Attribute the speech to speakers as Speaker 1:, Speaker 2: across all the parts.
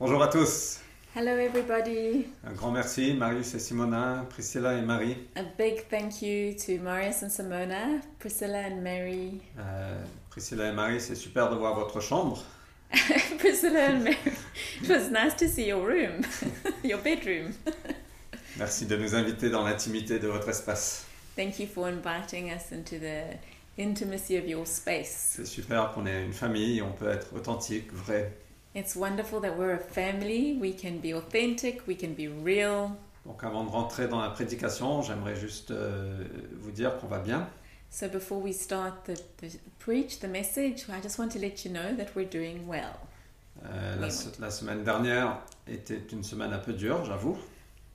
Speaker 1: Bonjour à tous.
Speaker 2: Hello, everybody.
Speaker 1: Un grand merci, Marius et Simona, Priscilla et Marie.
Speaker 2: A big thank you to Marius and Simona, Priscilla and Mary.
Speaker 1: Euh, Priscilla et Marie, c'est super de voir votre chambre.
Speaker 2: Priscilla and Mary, it was nice to see your room, your bedroom.
Speaker 1: Merci de nous inviter dans l'intimité de votre espace.
Speaker 2: Thank you for inviting us into the intimacy of your space.
Speaker 1: C'est super qu'on ait une famille, on peut être authentique, vrai.
Speaker 2: It's wonderful that we're a family. We can be authentic, we can be real.
Speaker 1: Donc avant de rentrer dans la prédication, j'aimerais juste euh, vous dire qu'on va bien.
Speaker 2: So before we start the, the preach, the message, I just want to let you know that we're doing well.
Speaker 1: Euh, la, se- la semaine dernière était une semaine un peu dure, j'avoue.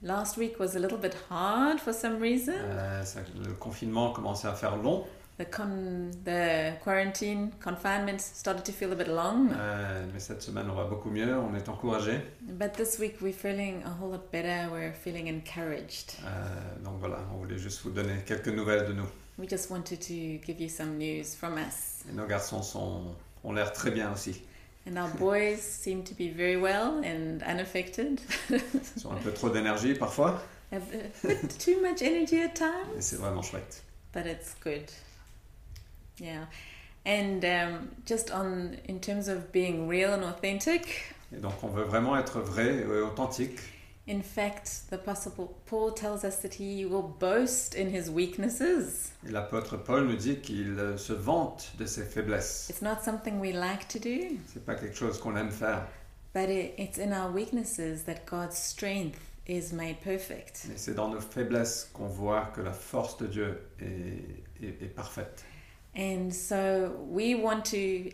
Speaker 2: Last week was a little bit hard for some reason.
Speaker 1: Euh, ça- le confinement commençait à faire long.
Speaker 2: The con the quarantine confinement started to feel a bit long,
Speaker 1: Euh, mais cette semaine, on va beaucoup mieux, on est encouragé.
Speaker 2: but this week we're feeling a whole lot better. We're feeling encouraged.
Speaker 1: Euh, donc voilà, on voulait juste vous donner quelques nouvelles de nous.
Speaker 2: We just wanted to give you some news from us.
Speaker 1: Et nos garçons sont, ont l'air très bien aussi.
Speaker 2: And our boys seem to be very well and unaffected.
Speaker 1: Ils ont un peu trop d'énergie parfois,
Speaker 2: a bit too much energy at times,
Speaker 1: et c'est vraiment chouette.
Speaker 2: but it's good. Yeah. And um, just on in terms of being real and authentic,
Speaker 1: Et donc on veut vraiment être vrai et authentique.
Speaker 2: In fact, the Apostle Paul tells us that he will boast in his weaknesses.
Speaker 1: Et l'apôtre Paul nous dit qu'il euh, se vante de ses faiblesses.
Speaker 2: It's not something we like to do,
Speaker 1: C'est pas quelque chose qu'on aime faire,
Speaker 2: but it, it's in our weaknesses that God's strength is made perfect.
Speaker 1: mais c'est dans nos faiblesses qu'on voit que la force de Dieu est, est- est parfaite.
Speaker 2: And so we want to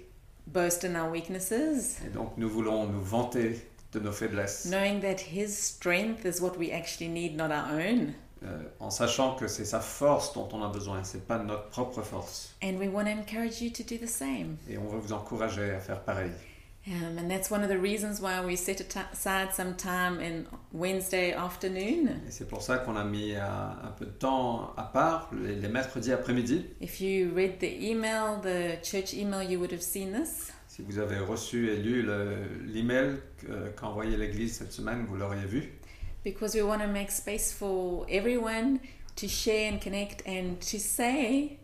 Speaker 2: boast in our weaknesses,
Speaker 1: Et donc nous voulons nous vanter de nos faiblesses,
Speaker 2: knowing that his strength is what we actually need, not our own.
Speaker 1: euh, en sachant que c'est sa force dont on a besoin, c'est pas notre propre force.
Speaker 2: And we want to encourage you to do the same.
Speaker 1: Et on veut vous encourager à faire pareil.
Speaker 2: Um, and that's one of the reasons why we set ati- aside some time in Wednesday afternoon.
Speaker 1: Et c'est pour ça qu'on a mis euh, un peu de temps à part les, les mercredis après-midi.
Speaker 2: If you read the email, the church email, you would have seen this.
Speaker 1: Si vous avez reçu et lu le- l'email que- qu'a envoyé l'Église cette semaine, vous l'auriez vu.
Speaker 2: Because we want to make space for everyone to share and connect and to say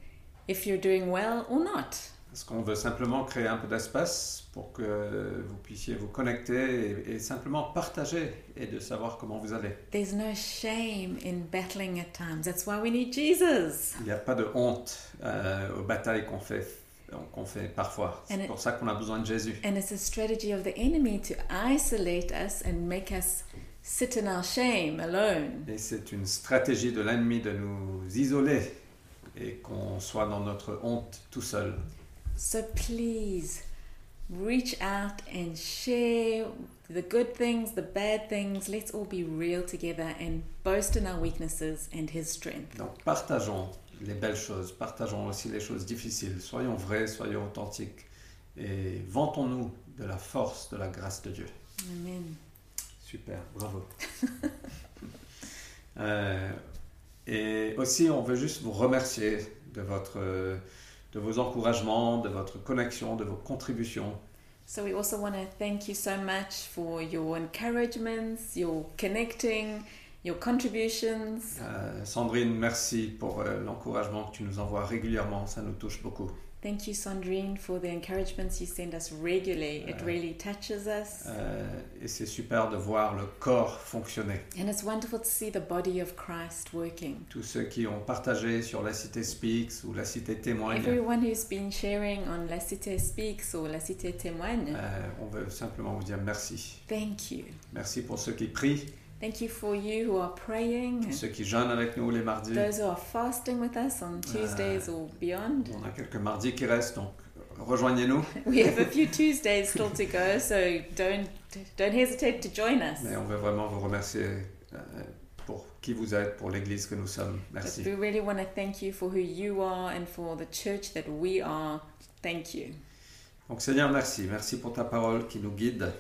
Speaker 2: if you're doing well or not.
Speaker 1: Parce qu'on veut simplement créer un peu d'espace pour que vous puissiez vous connecter et, et simplement partager et de savoir comment vous allez.
Speaker 2: There's no shame in battling at times. That's why we need Jesus.
Speaker 1: Il n'y a pas de honte euh, aux batailles qu'on fait, qu'on fait parfois.
Speaker 2: And
Speaker 1: C'est
Speaker 2: it-
Speaker 1: pour ça qu'on a besoin de Jésus.
Speaker 2: And it's a strategy of the enemy to isolate us and make us sit in our shame alone.
Speaker 1: Et c'est une stratégie de l'ennemi de nous isoler et qu'on soit dans notre honte tout seul.
Speaker 2: So please reach out and share the good things, the bad things. Let's all be real together and boast in our weaknesses and His strength.
Speaker 1: Donc partageons les belles choses, partageons aussi les choses difficiles, soyons vrais, soyons authentiques et vantons-nous de la force, de la grâce de Dieu.
Speaker 2: Amen.
Speaker 1: Super, bravo. Euh, et aussi, on veut juste vous remercier de, votre, euh, de vos encouragements, de votre connexion, de vos contributions.
Speaker 2: So we also want to thank you so much for your encouragements, your connecting, your contributions.
Speaker 1: Euh, Sandrine, merci pour euh, l'encouragement que tu nous envoies régulièrement, ça nous touche beaucoup.
Speaker 2: Thank you, Sandrine, for the encouragements you send us regularly. It
Speaker 1: Uh,
Speaker 2: really touches us.
Speaker 1: Euh, et c'est super de voir le corps fonctionner.
Speaker 2: And it's wonderful to see the body of Christ working.
Speaker 1: tous ceux qui ont partagé sur la cité Speaks ou la cité Témoigne.
Speaker 2: Everyone who's been sharing on La Cité Speaks or La Cité Témoigne,
Speaker 1: Euh, on veut simplement vous dire merci.
Speaker 2: thank you.
Speaker 1: Merci pour ceux qui prient,
Speaker 2: Thank you for you who are praying,
Speaker 1: ceux qui jeûnent avec nous les mardis.
Speaker 2: those who are fasting with us on Tuesdays or beyond.
Speaker 1: On a quelques mardis qui restent, donc rejoignez-nous.
Speaker 2: We have a few Tuesdays still to go, so don't don't hesitate to join us.
Speaker 1: Mais on veut vraiment vous remercier euh, pour qui vous êtes, pour l'Église que nous sommes.
Speaker 2: But
Speaker 1: Merci.
Speaker 2: we really want to thank you for who you are and for the church that we are. Thank you.
Speaker 1: Donc Seigneur, merci. Merci pour ta parole qui nous guide.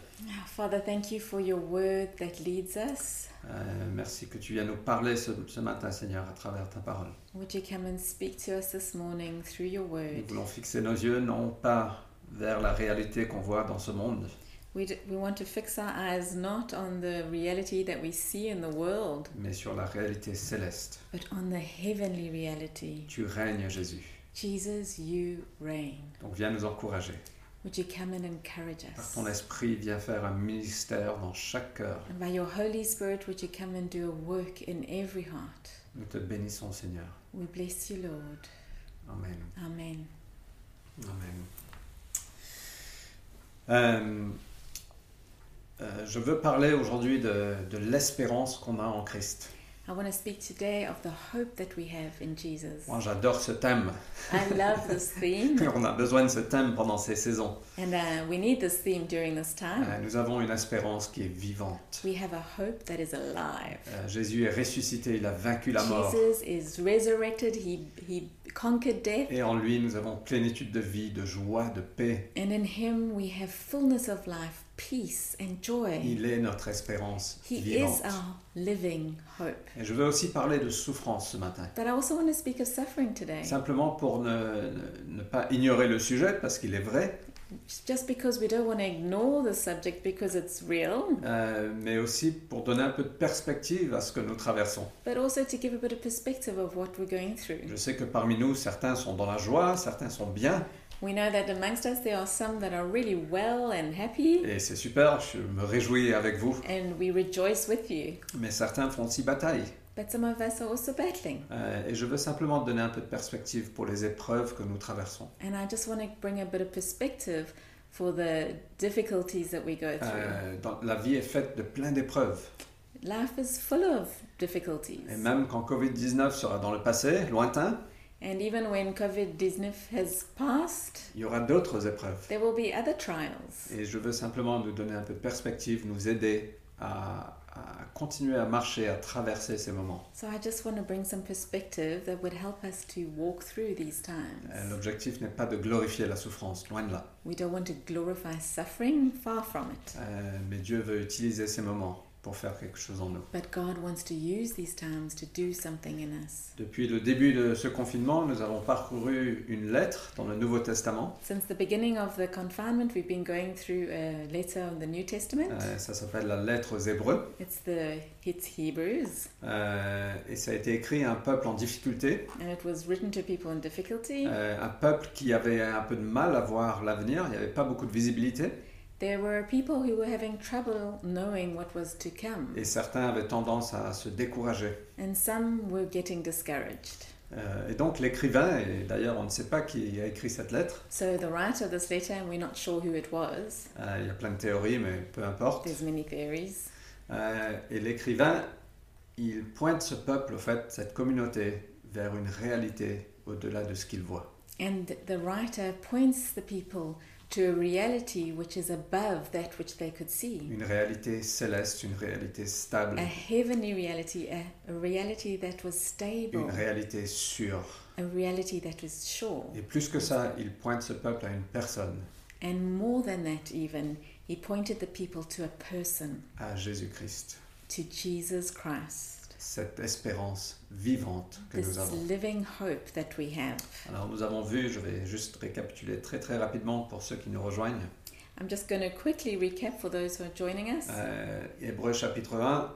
Speaker 2: Father, thank you for your word that leads us.
Speaker 1: Euh, merci que tu viens nous parler ce, ce matin, Seigneur, à travers ta parole.
Speaker 2: Would you come and speak to us this morning through your
Speaker 1: Nous
Speaker 2: word?
Speaker 1: voulons fixer nos yeux non pas vers la réalité qu'on voit dans ce monde,
Speaker 2: We, d- we want to fix our eyes not on the reality that we see in the world,
Speaker 1: mais sur la réalité céleste.
Speaker 2: but on the heavenly reality.
Speaker 1: Tu règnes, Jésus.
Speaker 2: Jesus, you reign.
Speaker 1: Donc viens nous encourager.
Speaker 2: Would you come and encourage
Speaker 1: Par
Speaker 2: us?
Speaker 1: ton esprit, viens faire un ministère dans chaque cœur.
Speaker 2: And by your Holy Spirit, would you come and do a work in every heart?
Speaker 1: Nous te bénissons, Seigneur.
Speaker 2: We bless you, Lord.
Speaker 1: Amen.
Speaker 2: Amen.
Speaker 1: Amen. Euh, euh, je veux parler aujourd'hui de, de l'espérance qu'on a en Christ.
Speaker 2: I want to speak today of the hope that we have in Jesus.
Speaker 1: Moi, j'adore ce thème.
Speaker 2: I love this theme,
Speaker 1: On a besoin de ce thème pendant ces saisons.
Speaker 2: and uh, we need this theme during this
Speaker 1: Euh,
Speaker 2: time.
Speaker 1: nous avons une espérance qui est vivante.
Speaker 2: We have a hope that is alive.
Speaker 1: Euh, Jésus est ressuscité, il a vaincu la mort.
Speaker 2: Jesus is resurrected, he, he conquered death,
Speaker 1: Et en lui, nous avons plénitude de vie, de joie, de paix.
Speaker 2: and in him we have fullness of life, peace, and joy.
Speaker 1: Il est notre espérance
Speaker 2: He is
Speaker 1: vivante.
Speaker 2: our living hope.
Speaker 1: Et je veux aussi parler de souffrance ce matin.
Speaker 2: But I also want to speak of suffering today.
Speaker 1: Simplement pour ne, ne- ne pas ignorer le sujet, parce qu'il est vrai,
Speaker 2: Just because we don't want to ignore the subject because it's real,
Speaker 1: euh, mais aussi pour donner un peu de perspective à ce que nous traversons.
Speaker 2: but also to give a bit of perspective of what we're going through.
Speaker 1: Je sais que parmi nous, certains sont dans la joie, certains sont bien,
Speaker 2: We know that amongst us there are some that are really well and happy,
Speaker 1: et c'est super, je me réjouis avec vous,
Speaker 2: and we rejoice with you.
Speaker 1: mais certains font aussi bataille.
Speaker 2: But some of us are also battling.
Speaker 1: Euh, et je veux simplement donner un peu de perspective pour les épreuves que nous traversons.
Speaker 2: And I just want to bring a bit of perspective for the difficulties that we go through.
Speaker 1: Euh, dans- la vie est faite de plein d'épreuves.
Speaker 2: Life is full of
Speaker 1: Et
Speaker 2: difficulties.
Speaker 1: même quand Covid-19 sera dans le passé, lointain,
Speaker 2: And even when COVID 19 has passed,
Speaker 1: il y aura d'autres épreuves.
Speaker 2: there will be other trials.
Speaker 1: Et je veux simplement nous donner un peu de perspective, nous aider à, à continuer à marcher, à traverser ces moments.
Speaker 2: So I just want to bring some perspective that would help us to walk through these times.
Speaker 1: Euh, L'objectif n'est pas de glorifier la souffrance, loin de là.
Speaker 2: We don't want to glorify suffering, far from it.
Speaker 1: Euh, mais Dieu veut utiliser ces moments pour faire quelque chose en nous.
Speaker 2: But God wants to use these times to do something in us.
Speaker 1: Depuis le début de ce confinement, nous avons parcouru une lettre dans le Nouveau Testament.
Speaker 2: Since the beginning of the confinement, we've been going through a letter on the New Testament.
Speaker 1: Euh, ça s'appelle la lettre aux Hébreux.
Speaker 2: It's the it's Hebrews,
Speaker 1: Euh, et ça a été écrit à un peuple en difficulté,
Speaker 2: and it was written to people in difficulty.
Speaker 1: euh, un peuple qui avait un peu de mal à voir l'avenir, il n'y avait pas beaucoup de visibilité.
Speaker 2: There were people who were having trouble knowing what was to come,
Speaker 1: Et certains avaient tendance à se décourager.
Speaker 2: and some were getting discouraged.
Speaker 1: Euh, et donc l'écrivain, et d'ailleurs on ne sait pas qui a écrit cette lettre,
Speaker 2: So the writer of this letter, and we're not sure who it was.
Speaker 1: euh, il y a plein de théories mais peu importe,
Speaker 2: There's many theories.
Speaker 1: Euh, et l'écrivain, il pointe ce peuple, au fait, cette communauté, vers une réalité au-delà de ce qu'il voit.
Speaker 2: And the writer points the people to a reality which is above that which they could see
Speaker 1: Une réalité céleste, une réalité stable,
Speaker 2: a heavenly reality, a, a reality that was
Speaker 1: une
Speaker 2: stable,
Speaker 1: réalité sûre.
Speaker 2: a reality that was sure.
Speaker 1: Et plus que ça, il pointe ce peuple à une personne,
Speaker 2: And more than that, even, he pointed the people to a person,
Speaker 1: à Jésus-Christ.
Speaker 2: to Jesus Christ,
Speaker 1: Cette espérance vivante que nous
Speaker 2: this
Speaker 1: avons.
Speaker 2: living hope that we have.
Speaker 1: Alors nous avons vu, je vais juste récapituler très très rapidement pour ceux qui nous rejoignent.
Speaker 2: I'm just going to quickly recap for those who are joining us.
Speaker 1: Euh, Hébreux chapitre 1,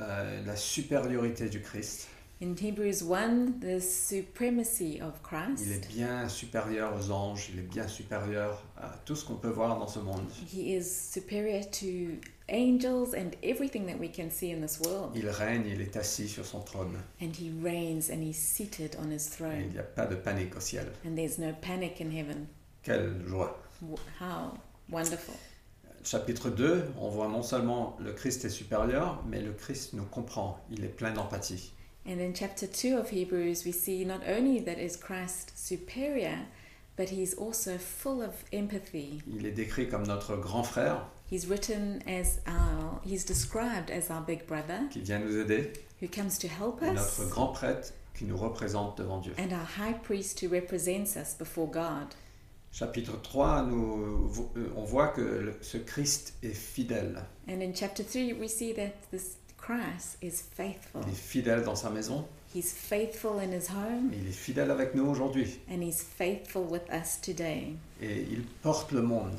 Speaker 1: euh, la supériorité du Christ.
Speaker 2: In Hebrews 1, the supremacy of
Speaker 1: Il est
Speaker 2: Christ.
Speaker 1: bien supérieur aux anges, il est bien supérieur à tout ce qu'on peut voir dans ce monde.
Speaker 2: He is superior to angels and everything that we can see in this world.
Speaker 1: Il règne, il est assis sur son trône.
Speaker 2: And he reigns and he's seated on his
Speaker 1: Et il
Speaker 2: throne.
Speaker 1: n'y a pas de panique au ciel.
Speaker 2: And there's no panic in heaven.
Speaker 1: Quelle joie.
Speaker 2: W- How wonderful.
Speaker 1: Chapitre 2, on voit non seulement le Christ est supérieur, mais le Christ nous comprend, il est plein d'empathie.
Speaker 2: And in chapter 2 of Hebrews, we see not only that is Christ superior, but he's also full of empathy.
Speaker 1: Il est décrit comme notre grand frère
Speaker 2: He's written as our, he's described as our big brother
Speaker 1: qui vient nous aider,
Speaker 2: who comes to help
Speaker 1: et notre
Speaker 2: us
Speaker 1: grand prêtre qui nous représente devant Dieu.
Speaker 2: and our high priest who represents us before God.
Speaker 1: Chapitre 3, nous, euh, on voit que le- ce Christ est fidèle.
Speaker 2: And in chapter 3, we see that this Christ is faithful.
Speaker 1: Il est fidèle dans sa maison,
Speaker 2: He's faithful in his home
Speaker 1: mais il est fidèle avec nous aujourd'hui.
Speaker 2: and he's faithful with us today.
Speaker 1: Et il porte le monde,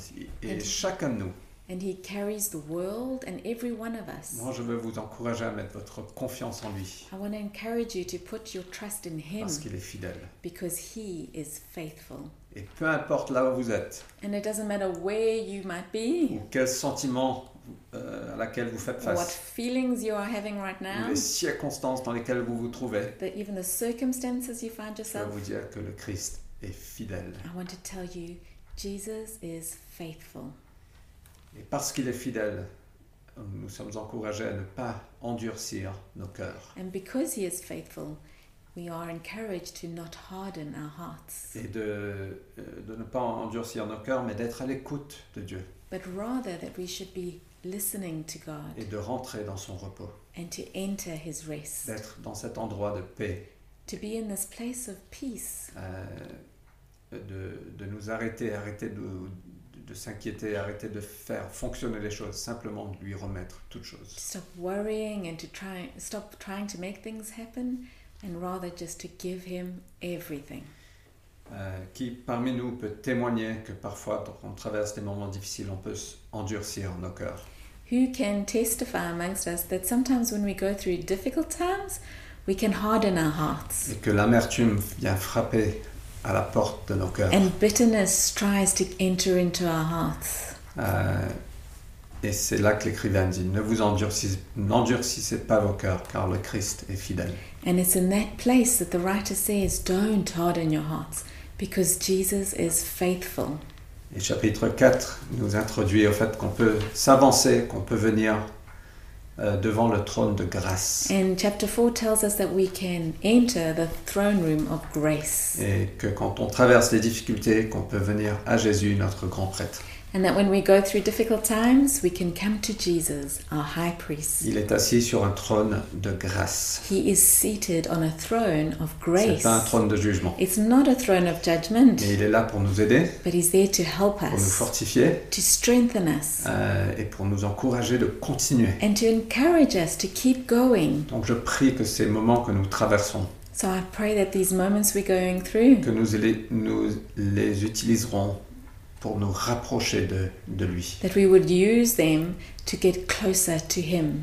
Speaker 1: et
Speaker 2: Et-
Speaker 1: chacun de nous.
Speaker 2: and He carries the world and every one of us.
Speaker 1: Moi, je veux vous encourager à mettre votre confiance en lui,
Speaker 2: I want to encourage you to put your trust in Him
Speaker 1: parce qu'il est fidèle.
Speaker 2: because He is faithful.
Speaker 1: Et peu importe là où vous êtes,
Speaker 2: And it doesn't matter where you might
Speaker 1: ou
Speaker 2: be,
Speaker 1: quel sentiment euh, à laquelle vous faites
Speaker 2: or what
Speaker 1: face,
Speaker 2: feelings you are having right
Speaker 1: ou
Speaker 2: now,
Speaker 1: les circonstances dans lesquelles vous vous trouvez,
Speaker 2: but even the circumstances you find
Speaker 1: je veux
Speaker 2: yourself,
Speaker 1: vous dire que le Christ est fidèle.
Speaker 2: I want to tell you Jesus is faithful.
Speaker 1: Et parce qu'il est fidèle, nous sommes encouragés à ne pas endurcir nos cœurs
Speaker 2: And because He is faithful, we are encouraged to not harden our hearts,
Speaker 1: et de, euh, de ne pas endurcir nos cœurs, mais d'être à l'écoute de Dieu
Speaker 2: but rather that we should be listening to
Speaker 1: et
Speaker 2: God
Speaker 1: de rentrer dans son repos,
Speaker 2: and to enter His rest,
Speaker 1: d'être dans cet endroit de paix,
Speaker 2: to be in this place of peace,
Speaker 1: euh, de, de nous arrêter, arrêter de, de s'inquiéter, arrêter de faire fonctionner les choses, simplement de lui remettre toutes
Speaker 2: to
Speaker 1: choses.
Speaker 2: stop worrying and to try, stop trying to make things happen, and rather just to give Him everything.
Speaker 1: Euh, qui parmi nous peut témoigner que parfois, quand on traverse des moments difficiles, on peut s- endurcir nos cœurs.
Speaker 2: Who can testify amongst us that sometimes when we go through difficult times, we can harden our hearts
Speaker 1: et que l'amertume vient frapper à la porte de nos cœurs.
Speaker 2: and bitterness tries to enter into our hearts.
Speaker 1: Euh, et c'est là que l'écrivain dit Ne vous endurcissez, n'endurcissez pas vos cœurs, car le Christ est fidèle.
Speaker 2: And it's in that place that the writer says, Don't harden your hearts because Jesus is faithful.
Speaker 1: Et chapitre 4 nous introduit au fait qu'on peut s'avancer, qu'on peut venir euh, devant le trône de grâce.
Speaker 2: And chapter 4 tells us that we can enter the throne room of grace.
Speaker 1: Et que quand on traverse les difficultés, qu'on peut venir à Jésus, notre grand prêtre.
Speaker 2: And that when we go through difficult times, we can come to Jesus, our high priest.
Speaker 1: Il est assis sur un trône de grâce.
Speaker 2: He is seated on a throne of
Speaker 1: C'est
Speaker 2: grace.
Speaker 1: pas un trône de jugement.
Speaker 2: It's not a throne of judgment,
Speaker 1: Mais il est là pour nous aider,
Speaker 2: but He's there to help
Speaker 1: pour nous
Speaker 2: us,
Speaker 1: fortifier,
Speaker 2: to strengthen us,
Speaker 1: Euh, et pour nous encourager de continuer.
Speaker 2: and to encourage us to keep going.
Speaker 1: Donc je prie que ces moments que nous traversons,
Speaker 2: So I pray that these moments we're going through,
Speaker 1: que nous les, nous les utiliserons pour nous rapprocher de, de lui.
Speaker 2: that we would use them to get closer to Him.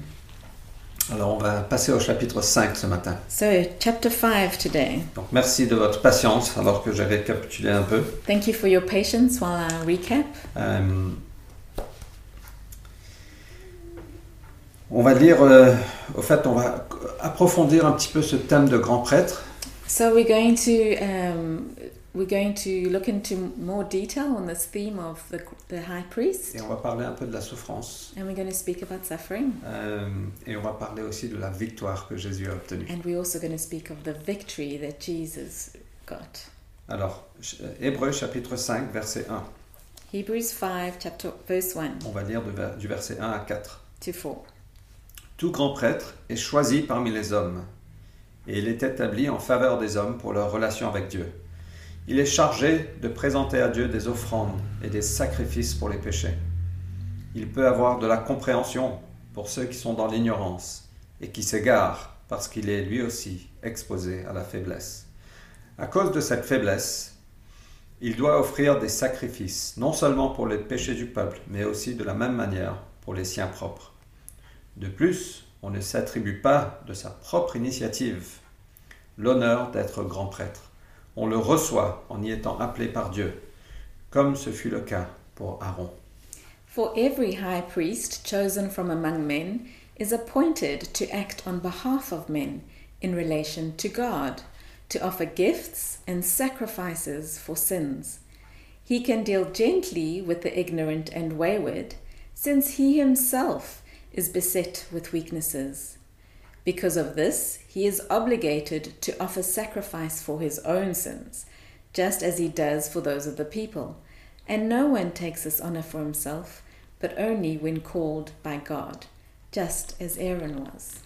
Speaker 1: Alors on va passer au chapitre 5 ce matin.
Speaker 2: So, chapter 5 today.
Speaker 1: Donc merci de votre patience alors que j'ai récapitulé un peu.
Speaker 2: Thank you for your patience while I recap.
Speaker 1: Euh, on va lire, euh, au fait on va approfondir un petit peu ce thème de grand prêtre.
Speaker 2: So we're going to um, we're going to look into more detail on this theme of the, the high priest,
Speaker 1: Et on va parler un peu de la souffrance.
Speaker 2: and we're going to speak about suffering,
Speaker 1: Euh, et on va parler aussi de la victoire que Jésus a obtenue.
Speaker 2: and we're also going to speak of the victory that Jesus got.
Speaker 1: Alors, ch- euh, Hébreux chapitre 5, verset 1.
Speaker 2: Hebrews 5, chapter, verse 1
Speaker 1: On va lire de ver- du verset 1 à 4.
Speaker 2: to 4.
Speaker 1: Tout grand prêtre est choisi parmi les hommes, et il est établi en faveur des hommes pour leur relation avec Dieu. Il est chargé de présenter à Dieu des offrandes et des sacrifices pour les péchés. Il peut avoir de la compréhension pour ceux qui sont dans l'ignorance et qui s'égarent parce qu'il est lui aussi exposé à la faiblesse. À cause de cette faiblesse, il doit offrir des sacrifices, non seulement pour les péchés du peuple, mais aussi de la même manière pour les siens propres. De plus, on ne s'attribue pas de sa propre initiative l'honneur d'être grand prêtre. On le reçoit en y étant appelé par Dieu, comme ce fut le cas pour Aaron.
Speaker 2: For every high priest chosen from among men is appointed to act on behalf of men in relation to God, to offer gifts and sacrifices for sins. He can deal gently with the ignorant and wayward, since he himself is beset with weaknesses. Because of this, he is obligated to offer sacrifice for his own sins, just as he does for those of the people. And no one takes this honor for himself, but only when called by God, just as Aaron was.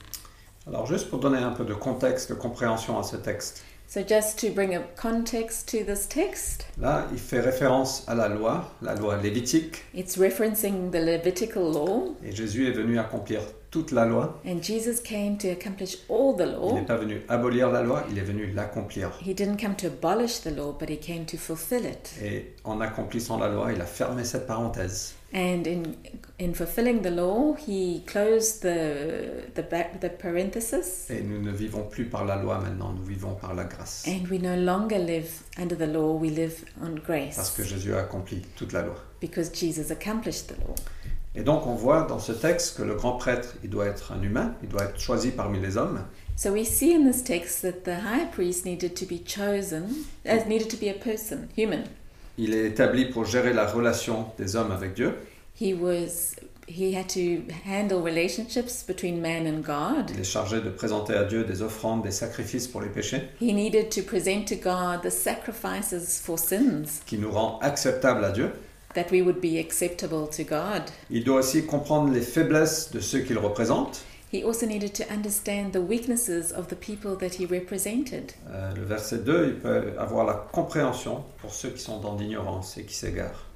Speaker 1: Alors juste pour donner un peu de contexte, de compréhension à ce texte,
Speaker 2: So, just to bring a context to this text,
Speaker 1: là il fait référence à la loi, la loi lévitique,
Speaker 2: it's referencing the Levitical law,
Speaker 1: et Jésus est venu accomplir toute la loi.
Speaker 2: And Jesus came to accomplish all the
Speaker 1: Il n'est
Speaker 2: law.
Speaker 1: pas venu abolir la loi, il est venu l'accomplir.
Speaker 2: He didn't come to abolish the law, but he came to fulfill it.
Speaker 1: Et en accomplissant la loi, il a fermé cette parenthèse.
Speaker 2: And in in fulfilling the law, he closed the the back, the parenthesis,
Speaker 1: Et nous ne vivons plus par la loi maintenant, nous vivons par la grâce.
Speaker 2: and we no longer live under the law. We live on
Speaker 1: Parce que
Speaker 2: grace
Speaker 1: Jésus a accompli toute la loi.
Speaker 2: because Jesus accomplished the law.
Speaker 1: Et donc on voit dans ce texte que le grand prêtre, il doit être un humain, il doit être choisi parmi les hommes.
Speaker 2: So we see in this text that the high priest needed to be chosen, as needed to be a person, human.
Speaker 1: Il est établi pour gérer la relation des hommes avec Dieu.
Speaker 2: He was he had to handle relationships between man and God.
Speaker 1: Il est chargé de présenter à Dieu des offrandes, des sacrifices pour les péchés,
Speaker 2: He needed to present to God the sacrifices for sins
Speaker 1: qui nous rend acceptables à Dieu.
Speaker 2: that we would be acceptable to God.
Speaker 1: Il doit aussi comprendre les faiblesses de ceux qu'il représente.
Speaker 2: He also needed to understand the weaknesses of the people that he represented.
Speaker 1: Euh, le verset 2, il peut avoir la compréhension pour ceux qui sont dans l'ignorance et qui s'égarent.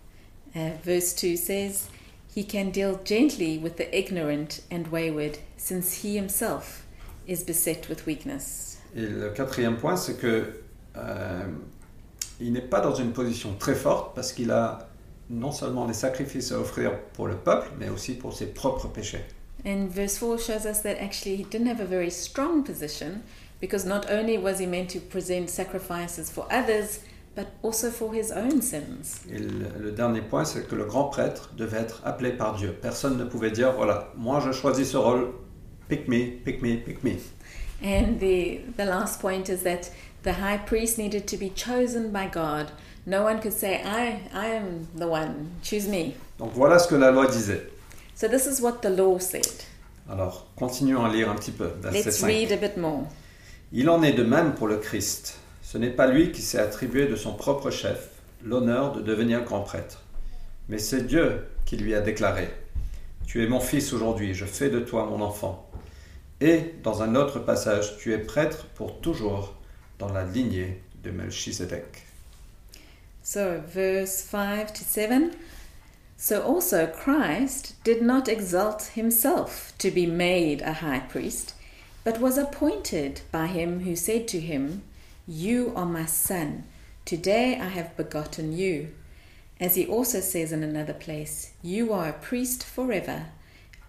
Speaker 2: Uh, verse 2 says, He can deal gently with the ignorant and wayward, since he himself is beset with weakness.
Speaker 1: Et le quatrième point, c'est que euh, il n'est pas dans une position très forte parce qu'il a non seulement des sacrifices à offrir pour le peuple, mais aussi pour ses propres péchés.
Speaker 2: And verse 4 shows us that actually he didn't have a very strong position because not only was he meant to present sacrifices for others, but also for his own sins.
Speaker 1: Et le, le dernier point, c'est que le grand prêtre devait être appelé par Dieu. Personne ne pouvait dire, voilà, moi je choisis ce rôle, pick me, pick me, pick me.
Speaker 2: And the, the last point is that the high priest needed to be chosen by God. No one could say, I, I am the one, choose me.
Speaker 1: Donc voilà ce que la loi disait.
Speaker 2: So this is what the law said.
Speaker 1: Alors, continuons à lire un petit peu, verset
Speaker 2: Let's
Speaker 1: 5.
Speaker 2: read a bit more.
Speaker 1: Il en est de même pour le Christ. Ce n'est pas lui qui s'est attribué de son propre chef l'honneur de devenir grand prêtre, mais c'est Dieu qui lui a déclaré Tu es mon fils aujourd'hui, je fais de toi mon enfant. Et dans un autre passage, tu es prêtre pour toujours dans la lignée de Melchisedec.
Speaker 2: So, verse 5 to 7. So also Christ did not exalt himself to be made a high priest, but was appointed by him who said to him, You are my son, today I have begotten you. As he also says in another place, You are a priest forever,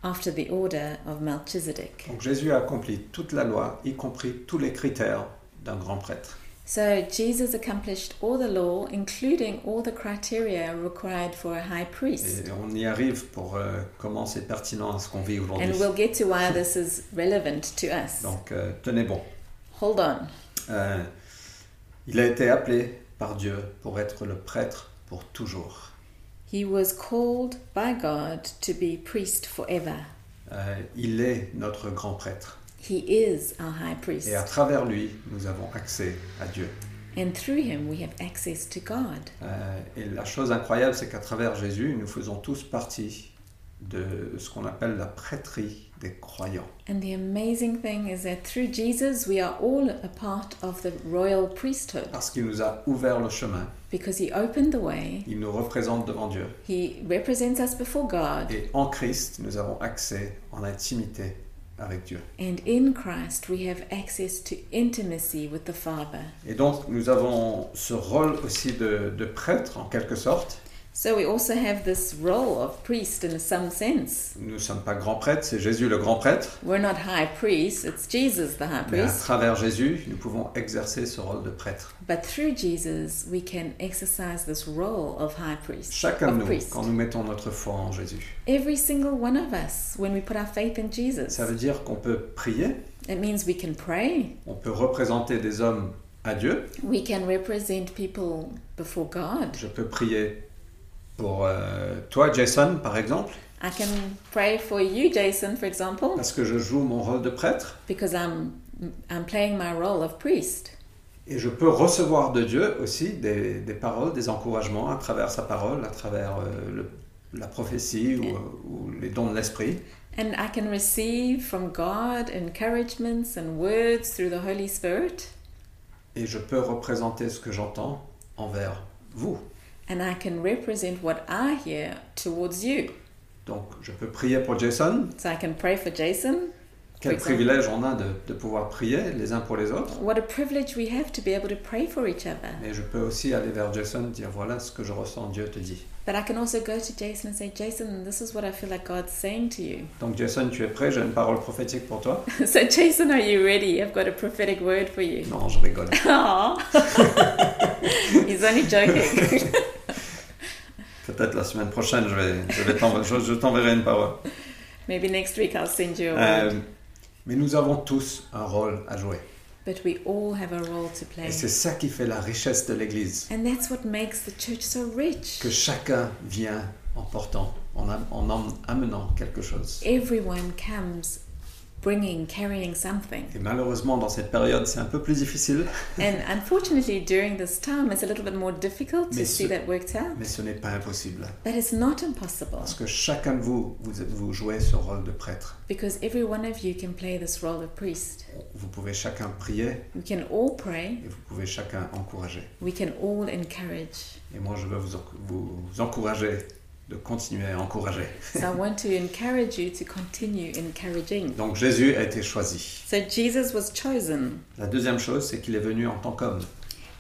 Speaker 2: after the order of Melchizedek.
Speaker 1: Donc Jésus a accompli toute la loi, y compris tous les critères d'un grand prêtre.
Speaker 2: So Jesus accomplished all the law, including all the criteria required for a high priest.
Speaker 1: Et on y arrive pour euh, comment c'est pertinent à ce qu'on vit aujourd'hui.
Speaker 2: And we'll get to why this is relevant to us.
Speaker 1: Donc euh, tenez bon.
Speaker 2: Hold on.
Speaker 1: Euh, il a été appelé par Dieu pour être le prêtre pour toujours.
Speaker 2: He was called by God to be priest forever.
Speaker 1: Euh, il est notre grand prêtre.
Speaker 2: He is our high priest.
Speaker 1: Et à travers lui, nous avons accès à Dieu.
Speaker 2: And through him, we have access to God.
Speaker 1: Euh, et la chose incroyable, c'est qu'à travers Jésus, nous faisons tous partie de ce qu'on appelle la prêtrie des croyants.
Speaker 2: And the amazing thing is that through Jesus, we are all a part of the royal priesthood
Speaker 1: Parce qu'il nous a ouvert le chemin.
Speaker 2: because he opened the way.
Speaker 1: Il nous représente devant Dieu.
Speaker 2: He represents us before God.
Speaker 1: Et en Christ, nous avons accès en intimité avec Dieu.
Speaker 2: And in Christ, we have access to intimacy with the Father.
Speaker 1: Et donc, nous avons ce rôle aussi de- de prêtre, en quelque sorte.
Speaker 2: So we also have this role of priest in some sense.
Speaker 1: Nous ne sommes pas grands prêtres, c'est Jésus le grand prêtre.
Speaker 2: We're not high priests, it's Jesus the high
Speaker 1: Mais à
Speaker 2: priest.
Speaker 1: travers Jésus, nous pouvons exercer ce rôle de prêtre.
Speaker 2: But through Jesus, we can exercise this rôle of high priest.
Speaker 1: Chacun
Speaker 2: of
Speaker 1: de nous,
Speaker 2: priest.
Speaker 1: quand nous mettons notre foi en Jésus.
Speaker 2: Every single one of us, when we put our faith in Jesus,
Speaker 1: Ça veut dire qu'on peut prier,
Speaker 2: it means we can pray,
Speaker 1: on peut représenter des hommes à Dieu.
Speaker 2: we can represent people before God.
Speaker 1: Je peux prier pour euh, toi, Jason, par exemple,
Speaker 2: I can pray for you, Jason, for example,
Speaker 1: parce que je joue mon rôle de prêtre.
Speaker 2: because I'm I'm playing my role of priest.
Speaker 1: Et je peux recevoir de Dieu aussi des, des paroles, des encouragements à travers sa parole, à travers euh, le- la prophétie ou, ou les dons de l'esprit.
Speaker 2: And I can receive from God encouragements and words through the Holy Spirit.
Speaker 1: et je peux représenter ce que j'entends envers vous.
Speaker 2: and I can represent what I hear towards you.
Speaker 1: Donc, je peux prier pour Jason.
Speaker 2: So I can pray for Jason.
Speaker 1: Quel
Speaker 2: Exactement.
Speaker 1: privilège on a de, de pouvoir prier les uns pour les autres.
Speaker 2: What a privilege we have to be able to pray for each other.
Speaker 1: Mais je peux aussi aller vers Jason dire voilà ce que je ressens, Dieu te dit.
Speaker 2: But I can also go to Jason and say, Jason, this is what I feel like God's saying to you.
Speaker 1: Donc Jason, tu es prêt J'ai une parole prophétique pour toi.
Speaker 2: so, Jason, are you ready? I've got a prophetic word for you.
Speaker 1: Non, je rigole.
Speaker 2: Aw. He's only joking.
Speaker 1: Peut-être la semaine prochaine, je vais, je vais t'enver- je- je t'enverrai une parole.
Speaker 2: Maybe next week I'll send you a word.
Speaker 1: Euh, mais nous avons tous un rôle à jouer.
Speaker 2: But we all have a role to play.
Speaker 1: Et c'est ça qui fait la richesse de l'Église,
Speaker 2: And that's what makes the church so rich.
Speaker 1: que chacun vient en portant, en, am- en am- amenant quelque chose.
Speaker 2: Everyone comes bringing, carrying something.
Speaker 1: Et malheureusement, dans cette période, c'est un peu plus difficile,
Speaker 2: And unfortunately, during this time, it's a little bit more difficult to
Speaker 1: Mais
Speaker 2: see
Speaker 1: ce-
Speaker 2: that worked out.
Speaker 1: mais ce n'est pas impossible.
Speaker 2: But it's not impossible
Speaker 1: Parce que chacun de vous, vous, vous jouez ce rôle de prêtre.
Speaker 2: because every one of you can play this role of priest.
Speaker 1: Vous pouvez chacun prier
Speaker 2: We can all pray,
Speaker 1: et vous pouvez chacun encourager.
Speaker 2: we can all encourage.
Speaker 1: Et moi, je veux vous, enc- vous encourager de continuer à encourager.
Speaker 2: So I want to encourage you to continue encouraging.
Speaker 1: Donc Jésus a été choisi.
Speaker 2: So Jesus was chosen.
Speaker 1: La deuxième chose, c'est qu'il est venu en tant qu'homme.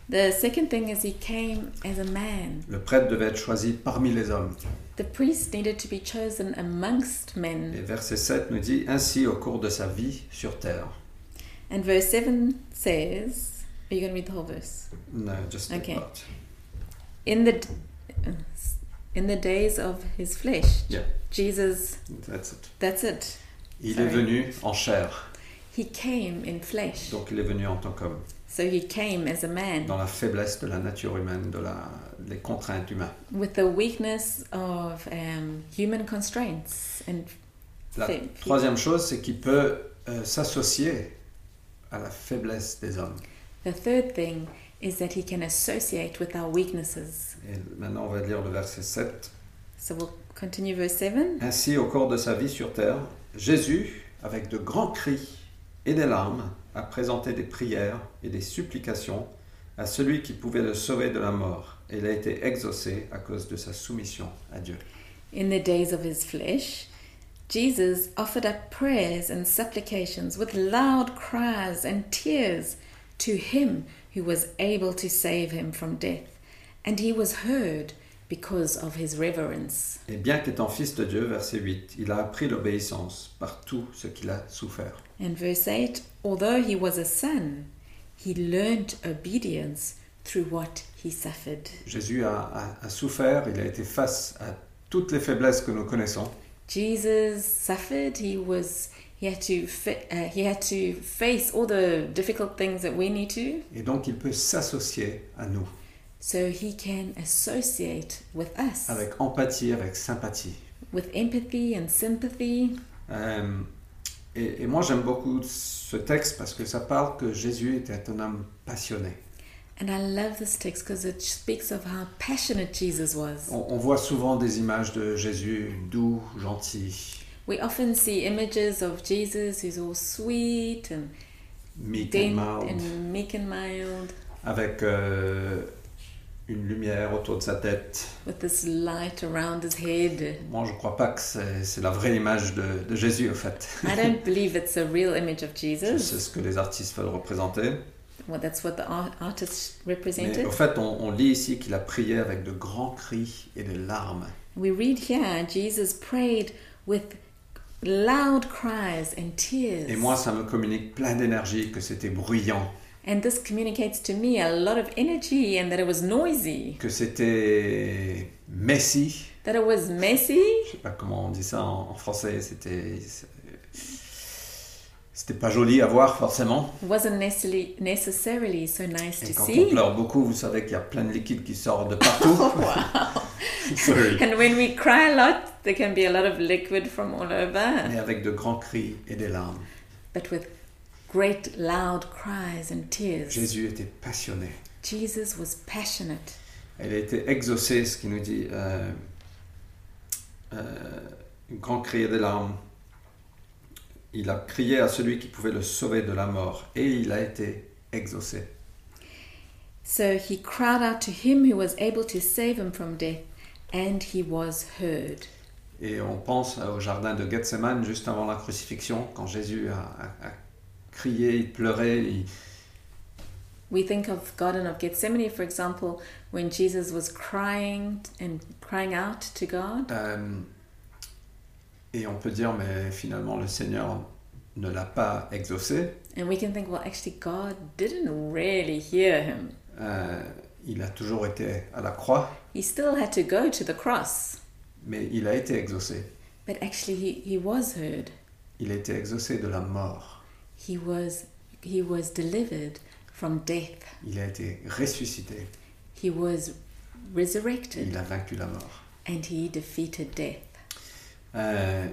Speaker 2: The second thing is he came as a man.
Speaker 1: Le prêtre devait être choisi parmi les hommes.
Speaker 2: The priest needed to be chosen amongst men.
Speaker 1: Et verset 7 nous dit Ainsi, au cours de sa vie sur terre.
Speaker 2: And verse 7 says, Are you going to read the whole verse?
Speaker 1: No, just that
Speaker 2: Okay.
Speaker 1: part.
Speaker 2: In the in the days of his flesh,
Speaker 1: Yeah.
Speaker 2: Jesus,
Speaker 1: That's it.
Speaker 2: that's it.
Speaker 1: Il
Speaker 2: Sorry.
Speaker 1: est venu en chair.
Speaker 2: He came in flesh.
Speaker 1: Donc il est venu en tant qu'homme.
Speaker 2: So he came as a man
Speaker 1: Dans la faiblesse de la nature humaine, de la, des contraintes humaines.
Speaker 2: with the weakness of um, human constraints. And
Speaker 1: La
Speaker 2: Faible.
Speaker 1: troisième chose, c'est qu'il peut euh, s'associer à la faiblesse des hommes.
Speaker 2: the third thing is that he can associate with our weaknesses.
Speaker 1: Et maintenant, on va lire le verset 7.
Speaker 2: So we'll continue verse 7.
Speaker 1: Ainsi, au cours de sa vie sur terre, Jésus, avec de grands cris et des larmes, a présenté des prières et des supplications à celui qui pouvait le sauver de la mort. Et il a été exaucé à cause de sa soumission à Dieu.
Speaker 2: In the days of his flesh, Jesus offered up prayers and supplications with loud cries and tears to him who was able to save him from death, and he was heard because of his reverence.
Speaker 1: Et bien qu'étant fils de Dieu, verset 8, il a appris l'obéissance par tout ce qu'il a souffert.
Speaker 2: And verse 8 Although he was a son, he learned obedience through what he suffered.
Speaker 1: Jésus a, a- a souffert, il a été face à toutes les faiblesses que nous connaissons,
Speaker 2: Jesus suffered. He was he had to fa- uh, he had to face all the difficult things that we need to.
Speaker 1: et donc il peut s'associer à nous,
Speaker 2: so he can associate with us
Speaker 1: avec empathie, avec sympathie.
Speaker 2: with empathy and sympathy.
Speaker 1: Euh, et, et moi j'aime beaucoup ce texte parce que ça parle que Jésus était un homme passionné.
Speaker 2: And I love this text because it speaks of how passionate Jesus was.
Speaker 1: On, on voit souvent des images de Jésus doux, gentil,
Speaker 2: We often see images of Jesus who's all sweet and
Speaker 1: meek and
Speaker 2: dent
Speaker 1: mild,
Speaker 2: and meek and mild,
Speaker 1: avec euh, une lumière autour de sa tête.
Speaker 2: with this light around his head.
Speaker 1: Moi je crois pas que c'est c'est la vraie image de, de Jésus au fait.
Speaker 2: I don't believe it's a real image of
Speaker 1: C'est
Speaker 2: Jesus.
Speaker 1: ce que les artistes veulent représenter.
Speaker 2: Well, that's what the art- artist
Speaker 1: Mais
Speaker 2: represented.
Speaker 1: au fait, on, on lit ici qu'il a prié avec de grands cris et des larmes.
Speaker 2: We read here Jesus prayed with loud cries and tears.
Speaker 1: Et moi, ça me communique plein d'énergie, que c'était bruyant,
Speaker 2: And this communicates to me a lot of energy and that it was noisy,
Speaker 1: que c'était messy.
Speaker 2: that it was messy.
Speaker 1: Je sais pas comment on dit ça en, en français. C'était, c'est- c'était pas joli à voir forcément.
Speaker 2: It wasn't necessarily, necessarily so nice
Speaker 1: Et
Speaker 2: to
Speaker 1: quand on
Speaker 2: see.
Speaker 1: pleure beaucoup, vous savez qu'il y a plein de liquide qui sort de partout. Sorry.
Speaker 2: And when we cry a lot, there can be a lot of liquid from all over.
Speaker 1: Mais avec de grands cris et des larmes.
Speaker 2: But with great loud cries and tears,
Speaker 1: Jésus était passionné.
Speaker 2: Jesus was passionate.
Speaker 1: Elle a été exaucée, ce qui nous dit euh, euh, un grand cri et des larmes. Il a crié à celui qui pouvait le sauver de la mort et il a été exaucé.
Speaker 2: So he cried out to him who was able to save him from death, and he was heard.
Speaker 1: Et on pense au jardin de Gethsemane juste avant la crucifixion, quand Jésus a, a- a crié, il pleurait, il-
Speaker 2: We think of Garden of Gethsemane, for example, when Jesus was crying and crying out to God.
Speaker 1: euh, et on peut dire, mais finalement le Seigneur ne l'a pas exaucé,
Speaker 2: And we can think, well, actually, God didn't really hear him.
Speaker 1: Euh, il a toujours été à la croix,
Speaker 2: He still had to go to the cross,
Speaker 1: mais il a été exaucé.
Speaker 2: but actually, he, he was heard.
Speaker 1: Il a été exaucé de la mort,
Speaker 2: He was, he was delivered from death,
Speaker 1: il a été ressuscité,
Speaker 2: he was resurrected,
Speaker 1: il a vaincu la mort.
Speaker 2: and he defeated death.
Speaker 1: Euh,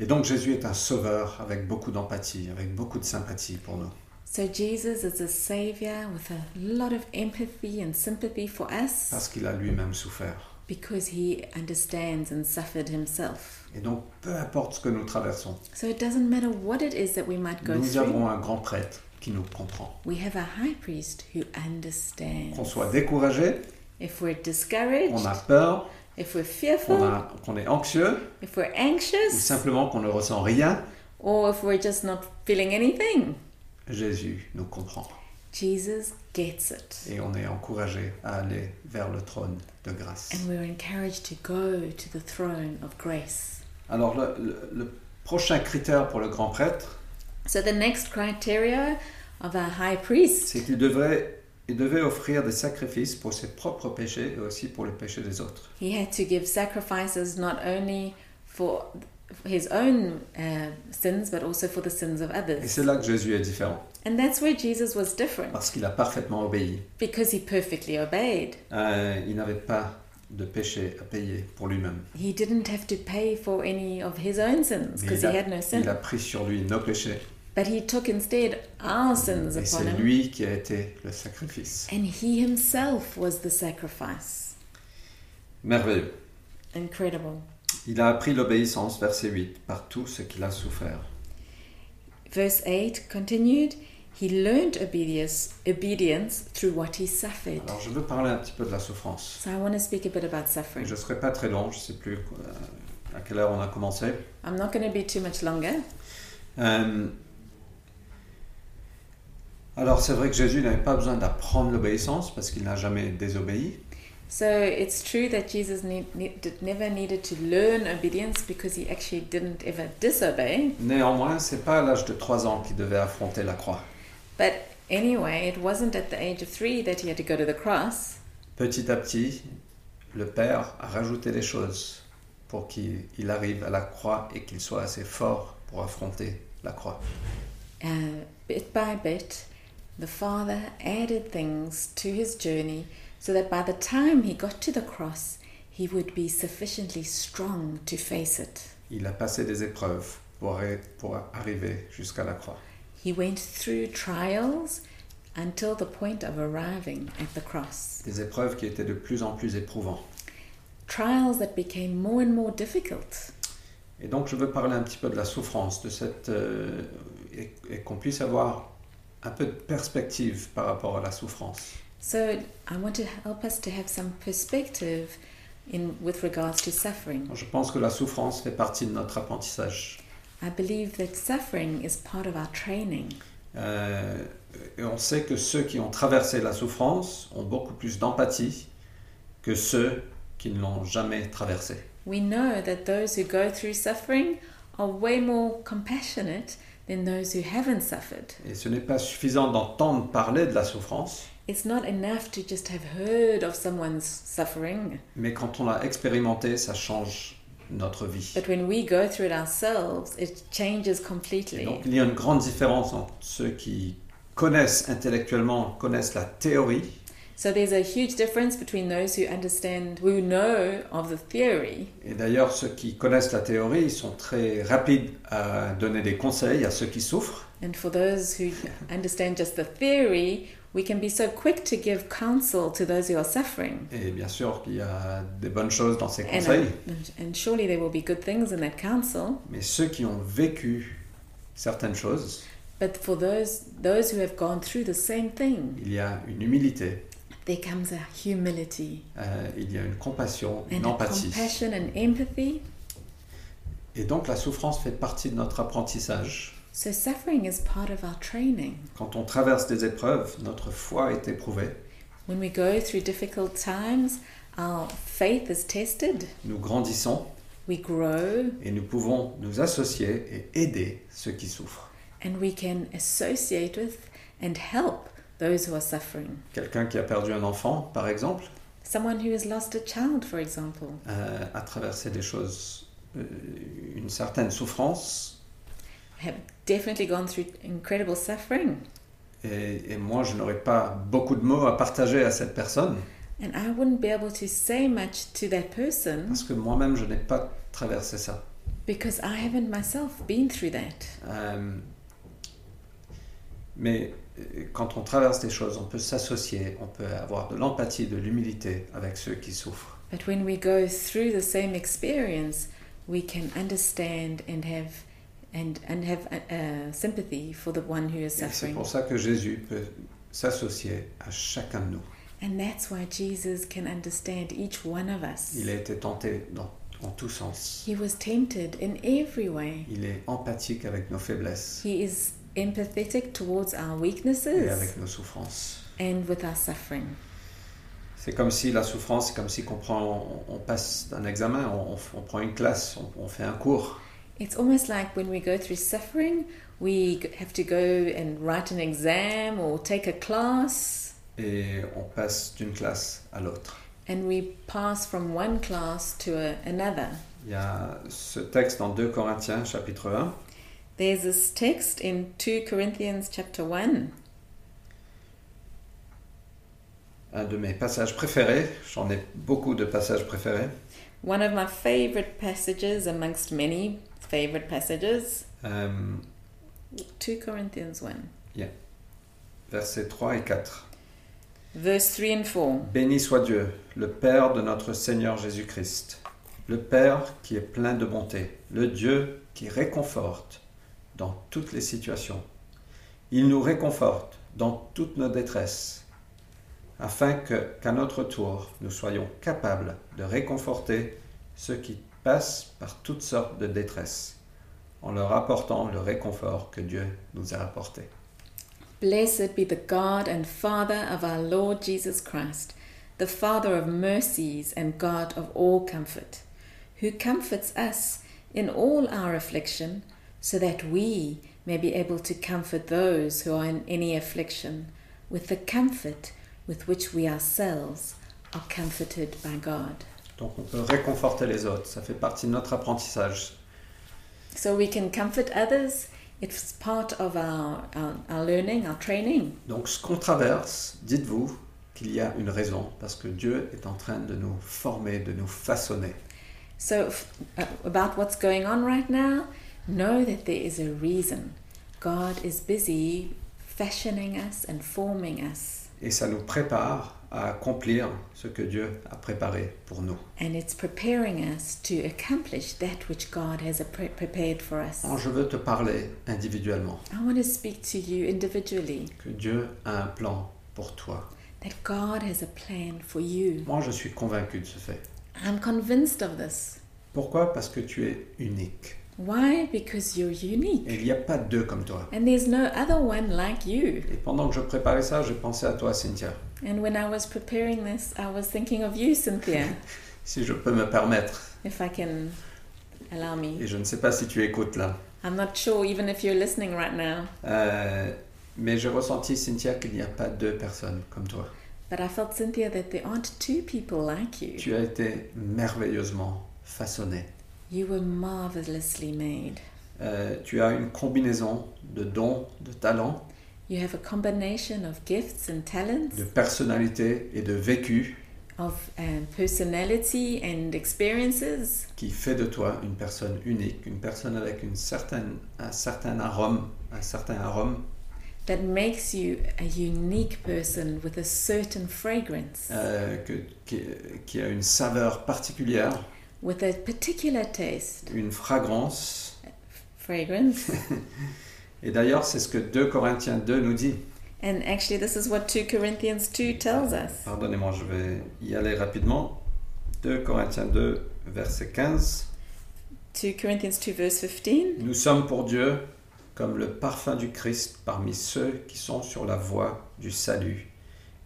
Speaker 1: et donc Jésus est un sauveur avec beaucoup d'empathie, avec beaucoup de sympathie pour nous.
Speaker 2: So, Jesus is a savior with a lot of empathy and sympathy for us
Speaker 1: parce qu'il a lui-même souffert.
Speaker 2: because he understands and suffered himself.
Speaker 1: Et donc, peu importe ce que nous traversons,
Speaker 2: So, it doesn't matter what it is that we might go
Speaker 1: nous
Speaker 2: through,
Speaker 1: avons un grand prêtre qui nous comprend.
Speaker 2: we have a high priest who understands.
Speaker 1: Qu'on soit découragé,
Speaker 2: If we're discouraged,
Speaker 1: qu'on a peur,
Speaker 2: if we're
Speaker 1: qu'on
Speaker 2: fearful,
Speaker 1: a- qu'on est anxieux,
Speaker 2: if we're
Speaker 1: ou
Speaker 2: anxious,
Speaker 1: simplement qu'on ne ressent rien,
Speaker 2: or if we're just not feeling anything,
Speaker 1: Jésus nous comprend.
Speaker 2: Jesus gets it.
Speaker 1: Et on est encouragé à aller vers le trône de grâce.
Speaker 2: And we're encouraged to go to the throne of grace.
Speaker 1: Alors, le, le- le prochain critère pour le grand prêtre,
Speaker 2: So, the next criteria of our high priest
Speaker 1: c'est qu'il devrait, il devait offrir des sacrifices pour ses propres péchés et aussi pour le péché des autres.
Speaker 2: He had to give sacrifices not only for his own uh, sins, but also for the sins of
Speaker 1: Et
Speaker 2: others.
Speaker 1: c'est là que Jésus est différent,
Speaker 2: And that's where Jesus was different,
Speaker 1: parce qu'il a parfaitement obéi.
Speaker 2: because he perfectly obeyed.
Speaker 1: Euh, il n'avait pas de péché à payer pour lui-même.
Speaker 2: He didn't have to pay for any of his own sins,
Speaker 1: Mais
Speaker 2: because
Speaker 1: Il,
Speaker 2: he
Speaker 1: a-
Speaker 2: had no
Speaker 1: il
Speaker 2: sin.
Speaker 1: a pris sur lui nos péchés.
Speaker 2: But he took instead our sins
Speaker 1: Et
Speaker 2: upon
Speaker 1: c'est
Speaker 2: him,
Speaker 1: lui qui a été le sacrifice.
Speaker 2: and he himself was the sacrifice.
Speaker 1: Merveilleux.
Speaker 2: Incredible.
Speaker 1: Il a appris l'obéissance, verset 8, par tout ce qu'il a souffert.
Speaker 2: Verse 8 continued He learned obedience, obedience through what he suffered.
Speaker 1: Alors je veux parler un petit peu de la souffrance.
Speaker 2: So I want to speak a bit about suffering.
Speaker 1: Je ne serai pas très long, je ne sais plus euh, à quelle heure on a commencé.
Speaker 2: I'm not going to be too much longer.
Speaker 1: Euh, alors c'est vrai que Jésus n'avait pas besoin d'apprendre l'obéissance parce qu'il n'a jamais désobéi.
Speaker 2: So it's true that Jesus need, need, did- never needed to learn obedience because he actually didn't ever disobey.
Speaker 1: Néanmoins, c'est pas à l'âge de 3 ans qu'il devait affronter la croix.
Speaker 2: But anyway, it wasn't at the age of three that he had to go to the cross.
Speaker 1: Petit à petit, le Père a rajouté des choses pour qu'il il arrive à la croix et qu'il soit assez fort pour affronter la croix.
Speaker 2: Uh, bit by bit, the Father added things to his journey so that by the time he got to the cross, he would be sufficiently strong to face it.
Speaker 1: Il a passé des épreuves pour, arri- pour arriver jusqu'à la croix.
Speaker 2: He went through trials until the point of arriving at the cross.
Speaker 1: Des épreuves qui étaient de plus en plus éprouvantes.
Speaker 2: trials that became more and more difficult.
Speaker 1: Et donc je veux parler un petit peu de la souffrance, de cette, euh, et, et qu'on puisse avoir un peu de perspective par rapport à la souffrance.
Speaker 2: So I want to help us to have some perspective in with regards to suffering.
Speaker 1: Je pense que la souffrance fait partie de notre apprentissage.
Speaker 2: I believe that suffering is part of our training.
Speaker 1: Euh, et on sait que ceux qui ont traversé la souffrance ont beaucoup plus d'empathie que ceux qui ne l'ont jamais traversée.
Speaker 2: We know that those who go through suffering are way more compassionate than those who haven't suffered.
Speaker 1: Et ce n'est pas suffisant d'entendre parler de la souffrance,
Speaker 2: It's not enough to just have heard of someone's suffering,
Speaker 1: mais quand on l'a expérimenté, ça change notre vie.
Speaker 2: but when we go through it ourselves, it changes
Speaker 1: Et
Speaker 2: completely.
Speaker 1: donc il y a une grande différence entre ceux qui connaissent intellectuellement, connaissent la théorie,
Speaker 2: So there's a huge difference between those who understand, who know of the theory,
Speaker 1: et d'ailleurs ceux qui connaissent la théorie, ils sont très rapides à donner des conseils à ceux qui souffrent.
Speaker 2: and for those who understand just the theory, we can be so quick to give counsel to those who are suffering.
Speaker 1: Et bien sûr qu'il y a des bonnes choses dans ces
Speaker 2: And,
Speaker 1: conseils.
Speaker 2: and surely there will be good things in that counsel.
Speaker 1: Mais ceux qui ont vécu certaines choses,
Speaker 2: But for those those who have gone through the same thing,
Speaker 1: il y a une humilité,
Speaker 2: there comes a humility
Speaker 1: euh, il y a une compassion,
Speaker 2: and
Speaker 1: une
Speaker 2: a
Speaker 1: empathie.
Speaker 2: compassion and empathy.
Speaker 1: Et donc la souffrance fait partie de notre apprentissage.
Speaker 2: So suffering is part of our training.
Speaker 1: Quand on traverse des épreuves, notre foi est éprouvée,
Speaker 2: When we go through difficult times, our faith is tested.
Speaker 1: nous grandissons
Speaker 2: We grow
Speaker 1: et nous pouvons nous associer et aider ceux qui souffrent.
Speaker 2: and we can associate with and help those who are suffering.
Speaker 1: Quelqu'un qui a perdu un enfant, par exemple,
Speaker 2: Someone who has lost a child, for example,
Speaker 1: euh, a traversé des choses, euh, une certaine souffrance,
Speaker 2: have definitely gone through incredible suffering.
Speaker 1: et, et moi je n'aurais pas beaucoup de mots à partager à cette personne,
Speaker 2: And I wouldn't be able to say much to that person
Speaker 1: parce que moi-même je n'ai pas traversé ça.
Speaker 2: because I haven't myself been through that.
Speaker 1: Euh, mais euh, quand on traverse des choses, on peut s'associer, on peut avoir de l'empathie, de l'humilité avec ceux qui souffrent.
Speaker 2: But when we go through the same experience, we can understand and have and and have uh, uh, sympathy for the one who is
Speaker 1: Et C'est
Speaker 2: suffering.
Speaker 1: pour ça que Jésus peut s'associer à chacun de nous.
Speaker 2: And that's why Jesus can understand each one of us.
Speaker 1: Il a été tenté dans, en tous sens.
Speaker 2: He was tempted in every way.
Speaker 1: Il est empathique avec nos faiblesses
Speaker 2: He is empathetic towards our
Speaker 1: et
Speaker 2: weaknesses
Speaker 1: avec nos souffrances.
Speaker 2: and with our suffering.
Speaker 1: C'est comme si la souffrance, c'est comme si qu'on prend, on, on passe un examen, on, on- on prend une classe, on- on fait un cours.
Speaker 2: It's almost like when we go through suffering, we g- have to go and write an exam or take a class,
Speaker 1: Et on passe d'une classe à l'autre.
Speaker 2: and we pass from one class to a, another.
Speaker 1: Il y a ce texte en 2 Corinthiens chapitre 1.
Speaker 2: There's this text in 2 Corinthians chapter 1.
Speaker 1: un de mes passages préférés. J'en ai beaucoup de passages préférés.
Speaker 2: One of my favorite passages amongst many favorite passages,
Speaker 1: Euh,
Speaker 2: 2 Corinthians 1,
Speaker 1: versets 3 et 4.
Speaker 2: verse 3 and 4.
Speaker 1: Béni soit Dieu, le Père de notre Seigneur Jésus-Christ, le Père qui est plein de bonté, le Dieu qui réconforte dans toutes les situations. Il nous réconforte dans toutes nos détresses, afin que, qu'à notre tour, nous soyons capables de réconforter ceux qui passent par toutes sortes de détresses, en leur apportant le réconfort que Dieu nous a apporté.
Speaker 2: Blessed be the God and Father of our Lord Jesus Christ, the Father of mercies and God of all comfort, who comforts us in all our affliction, so that we may be able to comfort those who are in any affliction with the comfort with which we ourselves are comforted by God.
Speaker 1: Donc on peut réconforter les autres, ça fait partie de notre apprentissage.
Speaker 2: So we can comfort others. It's part of our, our, our learning, our training.
Speaker 1: Donc ce qu'on traverse, dites-vous qu'il y a une raison, parce que Dieu est en train de nous former, de nous façonner.
Speaker 2: So, f- uh, about what's going on right now, know that there is a reason. God is busy fashioning us and forming us,
Speaker 1: Et ça nous prépare à accomplir ce que Dieu a préparé pour nous.
Speaker 2: and it's preparing us to accomplish that which God has a pre- prepared for us.
Speaker 1: Alors je veux te parler individuellement,
Speaker 2: I want to speak to you individually
Speaker 1: que Dieu a un plan pour toi.
Speaker 2: that God has a plan for you.
Speaker 1: Moi je suis convaincu de ce fait.
Speaker 2: I'm convinced of this.
Speaker 1: Pourquoi Parce que tu es unique.
Speaker 2: Why? Because you're unique,
Speaker 1: Et il n'y a pas deux comme toi.
Speaker 2: and there's no other one like you.
Speaker 1: Et pendant que je préparais ça, j'ai pensé à toi, Cynthia.
Speaker 2: And when I was preparing this, I was thinking of you, Cynthia,
Speaker 1: Si je peux me permettre,
Speaker 2: if I can allow me.
Speaker 1: et je ne sais pas si tu écoutes là,
Speaker 2: I'm not sure even if you're listening right now,
Speaker 1: Euh, mais j'ai ressenti, Cynthia, qu'il n'y a pas deux personnes comme toi.
Speaker 2: but I felt, Cynthia, that there aren't two people like you.
Speaker 1: Tu as été merveilleusement façonnée.
Speaker 2: You were marvelously made.
Speaker 1: Euh, tu as une combinaison de dons, de talents,
Speaker 2: You have a combination of gifts and talents,
Speaker 1: de personnalités et de vécu
Speaker 2: of um, personality and experiences
Speaker 1: qui fait de toi une personne unique, une personne avec une certaine, un certain arôme, un certain arôme
Speaker 2: that makes you a unique person with a certain fragrance,
Speaker 1: euh, que- qui, qui a une saveur particulière,
Speaker 2: with a particular taste.
Speaker 1: une fragrance.
Speaker 2: Fragrance.
Speaker 1: Et d'ailleurs, c'est ce que 2 Corinthiens 2 nous dit.
Speaker 2: and actually, this is what 2 Corinthians 2 tells us.
Speaker 1: Pardonnez-moi, je vais y aller rapidement. 2 Corinthiens 2, verset 15.
Speaker 2: 2 Corinthians 2, verse 15.
Speaker 1: Nous sommes pour Dieu comme le parfum du Christ parmi ceux qui sont sur la voie du salut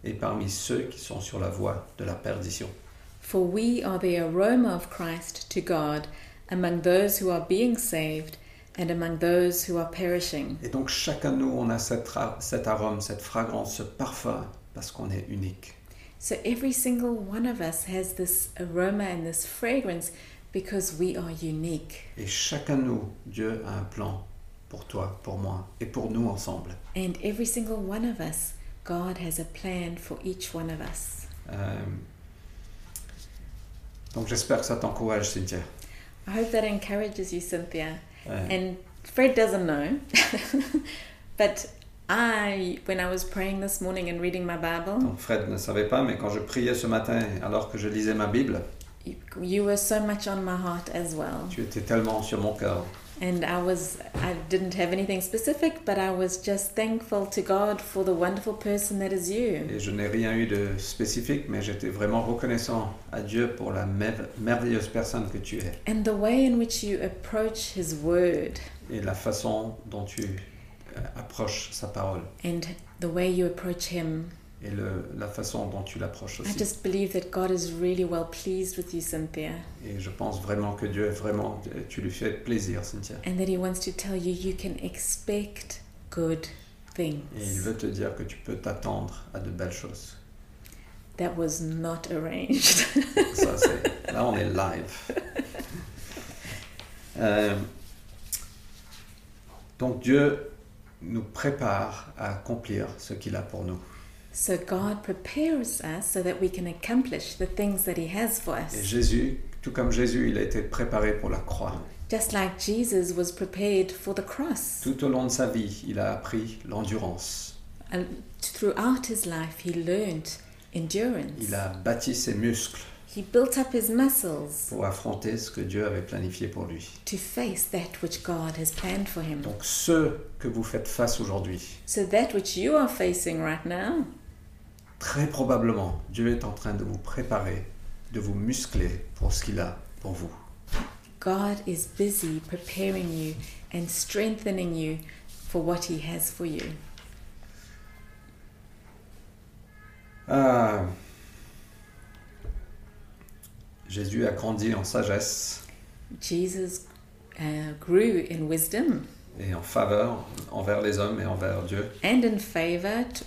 Speaker 1: et parmi ceux qui sont sur la voie de la perdition.
Speaker 2: For we are the aroma of Christ to God among those who are being saved and among those who are perishing.
Speaker 1: Et donc chacun de nous, on a cette ra- cet arôme, cette fragrance, ce parfum, parce qu'on est unique.
Speaker 2: So every single one of us has this aroma and this fragrance because we are unique.
Speaker 1: Et chacun de nous, Dieu a un plan pour toi, pour moi et pour nous ensemble.
Speaker 2: And every single one of us, God has a plan for each one of us.
Speaker 1: Euh, donc j'espère que ça t'encourage, Cynthia.
Speaker 2: I hope that encourages you, Cynthia.
Speaker 1: Euh,
Speaker 2: And Fred doesn't know, but I, when I was praying this morning and reading my Bible,
Speaker 1: donc Fred ne savait pas, mais quand je priais ce matin, alors que je lisais ma Bible,
Speaker 2: you, you were so much on my heart as well.
Speaker 1: tu étais tellement sur mon cœur.
Speaker 2: And I was, I didn't have anything specific, but I was just thankful to God for the wonderful person that is you.
Speaker 1: Et je n'ai rien eu de spécifique, mais j'étais vraiment reconnaissant à Dieu pour la mer- merveilleuse personne que tu es
Speaker 2: And the way in which you approach His Word
Speaker 1: et la façon dont tu euh, approches sa parole
Speaker 2: and the way you approach Him.
Speaker 1: et le- la façon dont tu l'approches
Speaker 2: I
Speaker 1: aussi.
Speaker 2: just believe that God is really well pleased with you, Cynthia,
Speaker 1: Et je pense vraiment que Dieu est vraiment, tu lui fais plaisir, Cynthia.
Speaker 2: and that He wants to tell you you can expect good
Speaker 1: Et il
Speaker 2: things.
Speaker 1: veut te dire que tu peux t'attendre à de belles choses.
Speaker 2: That was not arranged.
Speaker 1: Ça, c'est- là, on est live. Euh, donc Dieu nous prépare à accomplir ce qu'il a pour nous.
Speaker 2: so God prepares us so that we can accomplish the things that He has for
Speaker 1: Et
Speaker 2: us.
Speaker 1: Jésus, tout comme Jésus, il a été préparé pour la croix.
Speaker 2: Just like Jesus was prepared for the cross.
Speaker 1: Tout au long de sa vie, il a appris l'endurance.
Speaker 2: And throughout his life, he learned endurance.
Speaker 1: Il a bâti ses muscles
Speaker 2: He built up his muscles
Speaker 1: pour affronter ce que Dieu avait planifié pour lui.
Speaker 2: to face that which God has planned for him.
Speaker 1: Donc ce que vous faites face aujourd'hui,
Speaker 2: So, that which you are facing right now,
Speaker 1: très probablement, Dieu est en train de vous préparer, de vous muscler pour ce qu'il a pour vous.
Speaker 2: God is busy preparing you and strengthening you for what he has for you.
Speaker 1: Ah. Jésus a grandi en sagesse
Speaker 2: Jesus uh, grew in wisdom
Speaker 1: et en faveur envers les hommes et envers Dieu.
Speaker 2: and in favor t-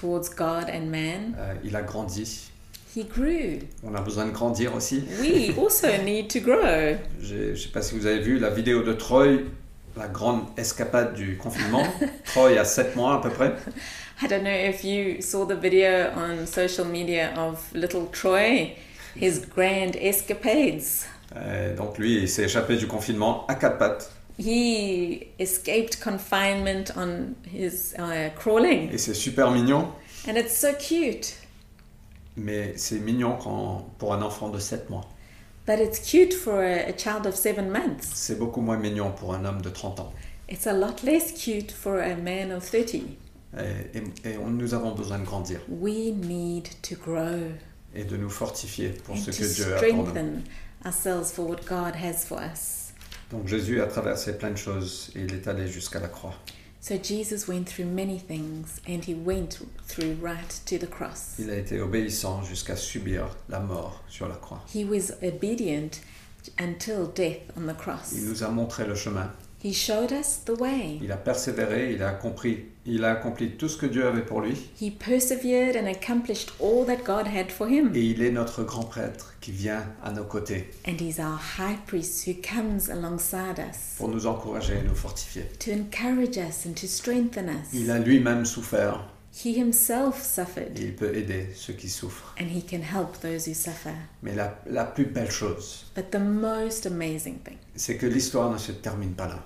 Speaker 2: towards God and man.
Speaker 1: Euh, il a grandi.
Speaker 2: He grew.
Speaker 1: On a besoin de grandir aussi.
Speaker 2: We also need to grow.
Speaker 1: J'ai- Je ne sais pas si vous avez vu la vidéo de Troy, la grande escapade du confinement. Troy a 7 mois à peu près.
Speaker 2: I don't know if you saw the video on social media of little Troy, his grand escapades.
Speaker 1: Euh, donc lui, il s'est échappé du confinement à quatre pattes
Speaker 2: He escaped confinement on his uh, crawling,
Speaker 1: et c'est super mignon.
Speaker 2: and it's so cute.
Speaker 1: Mais c'est mignon quand, pour un enfant de 7 mois.
Speaker 2: But it's cute for a, a child of seven months.
Speaker 1: C'est beaucoup moins mignon pour un homme de 30 ans.
Speaker 2: It's a lot less cute for a man of 30.
Speaker 1: Et, et- et on- nous avons besoin de grandir
Speaker 2: We need to grow
Speaker 1: et de nous fortifier pour
Speaker 2: and
Speaker 1: ce
Speaker 2: to
Speaker 1: que Dieu a pour nous.
Speaker 2: strengthen ourselves for what God has for us.
Speaker 1: Donc Jésus a traversé plein de choses et il est allé jusqu'à la croix.
Speaker 2: So Jesus went through many things and he went through right to the cross.
Speaker 1: Il a été obéissant jusqu'à subir la mort sur la croix.
Speaker 2: He was obedient until death on the
Speaker 1: Il
Speaker 2: cross.
Speaker 1: nous a montré le chemin.
Speaker 2: He showed us the way.
Speaker 1: Il a persévéré, il a accompli, il a accompli tout ce que Dieu avait pour lui.
Speaker 2: He persevered and accomplished all that God had for him.
Speaker 1: Et il est notre grand prêtre qui vient à nos côtés
Speaker 2: And he's our high priest who comes alongside us
Speaker 1: pour nous encourager et nous fortifier.
Speaker 2: to encourage us and to strengthen us.
Speaker 1: Il a lui-même souffert
Speaker 2: He himself
Speaker 1: et
Speaker 2: suffered
Speaker 1: il peut aider ceux qui souffrent.
Speaker 2: and he can help those who suffer.
Speaker 1: Mais la, la plus belle chose,
Speaker 2: But the most amazing thing,
Speaker 1: c'est que l'histoire ne se termine pas là.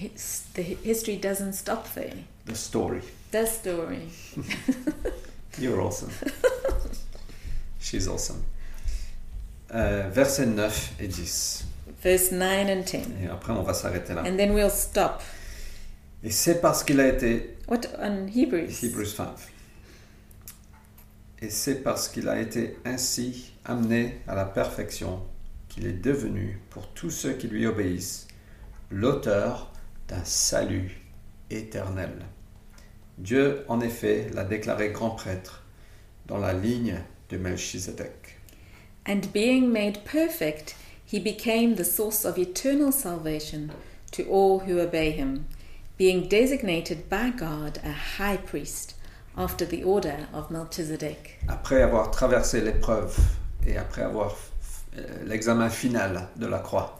Speaker 2: his, the history doesn't stop there.
Speaker 1: The story.
Speaker 2: The story.
Speaker 1: You're awesome. She's awesome. Euh, versets 9 et 10.
Speaker 2: Verse 9 and 10.
Speaker 1: Et après, on va s'arrêter là.
Speaker 2: And then we'll stop.
Speaker 1: Et c'est parce qu'il a été.
Speaker 2: What on Hebrews?
Speaker 1: Hebrews 5. Et c'est parce qu'il a été ainsi amené à la perfection qu'il est devenu pour tous ceux qui lui obéissent l'auteur d'un salut éternel. Dieu, en effet, l'a déclaré grand prêtre dans la ligne de Melchizedek.
Speaker 2: And being made perfect, he became the source of eternal salvation to all who obey him, being designated by God a high priest after the order of Melchizedek.
Speaker 1: Après avoir traversé l'épreuve et après avoir euh, l'examen final de la croix,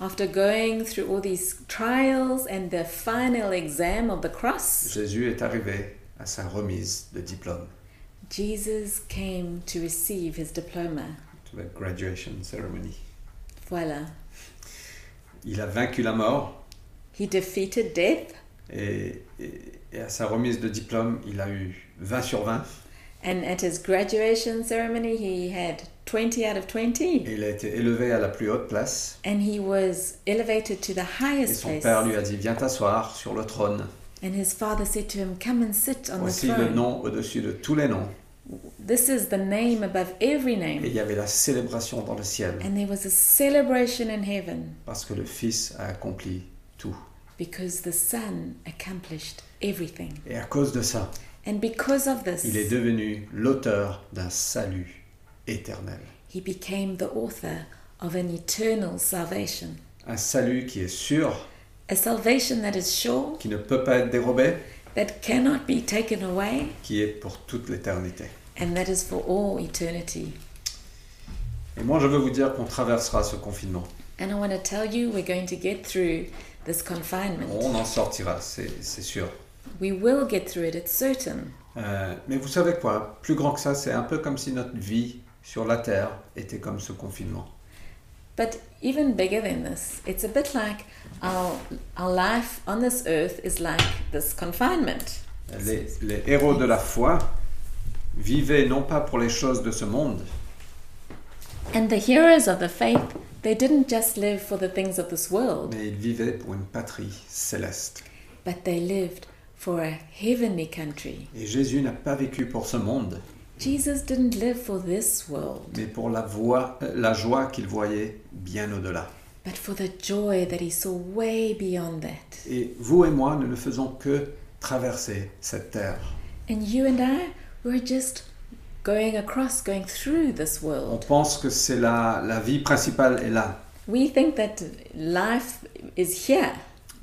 Speaker 2: After going through all these trials and the final exam of the cross,
Speaker 1: Jésus est arrivé à sa remise de diplôme,
Speaker 2: Jesus came to receive his diploma.
Speaker 1: to the graduation ceremony.
Speaker 2: Voila.
Speaker 1: Il a vaincu la mort
Speaker 2: He defeated death,
Speaker 1: et, et- et à sa remise de diplôme, il a eu 20 sur 20
Speaker 2: and at his graduation ceremony, he had 20 out of 20,
Speaker 1: et il a été élevé à la plus haute place.
Speaker 2: and he was elevated to the
Speaker 1: Et
Speaker 2: highest
Speaker 1: son
Speaker 2: place.
Speaker 1: père lui a dit, viens t'asseoir sur le trône.
Speaker 2: And his father said to him, Come and sit on
Speaker 1: Voici
Speaker 2: the
Speaker 1: le
Speaker 2: throne.
Speaker 1: nom au-dessus de tous les noms.
Speaker 2: This is the name above every
Speaker 1: Et il
Speaker 2: name.
Speaker 1: y avait la célébration dans le ciel
Speaker 2: And there was a celebration in heaven
Speaker 1: parce que le Fils a accompli tout.
Speaker 2: because the Son accomplished everything.
Speaker 1: Et à cause de ça,
Speaker 2: And because of this,
Speaker 1: il est devenu l'auteur d'un salut éternel.
Speaker 2: he became the author of an eternal salvation.
Speaker 1: Un salut qui est sûr,
Speaker 2: A salvation that is sure,
Speaker 1: qui ne peut pas être dérobé,
Speaker 2: that cannot be taken away,
Speaker 1: qui est pour toute l'éternité.
Speaker 2: and that is for all eternity.
Speaker 1: Et moi, je veux vous dire qu'on traversera ce confinement.
Speaker 2: And I want to tell you, we're going to get through this confinement.
Speaker 1: On en sortira, c'est c'est sûr.
Speaker 2: We will get through it, it's certain.
Speaker 1: Euh, mais vous savez quoi Plus grand que ça, c'est un peu comme si notre vie sur la Terre était comme ce confinement.
Speaker 2: But even bigger than this, it's a bit like our, our life on this earth is like this confinement.
Speaker 1: Les, les héros de la foi vivaient non pas pour les choses de ce monde,
Speaker 2: And the heroes of the faith, they didn't just live for the things of this world,
Speaker 1: mais ils vivaient pour une patrie céleste.
Speaker 2: but they lived for a heavenly country.
Speaker 1: Et Jésus n'a pas vécu pour ce monde,
Speaker 2: Jesus didn't live for this world,
Speaker 1: mais pour la, voie- euh, la joie qu'il voyait bien au-delà.
Speaker 2: but for the joy that he saw way beyond that.
Speaker 1: Et vous et moi, nous ne faisons que traverser cette terre.
Speaker 2: And you and I, we're just going across, going through this
Speaker 1: On
Speaker 2: world.
Speaker 1: pense que c'est la, la vie principale est là,
Speaker 2: We think that life is here.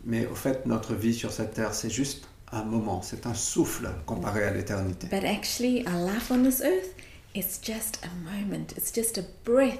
Speaker 1: mais au fait, notre vie sur cette terre, c'est juste un moment, c'est un souffle comparé à l'éternité.
Speaker 2: But actually, our life on this earth is just a moment, it's just a breath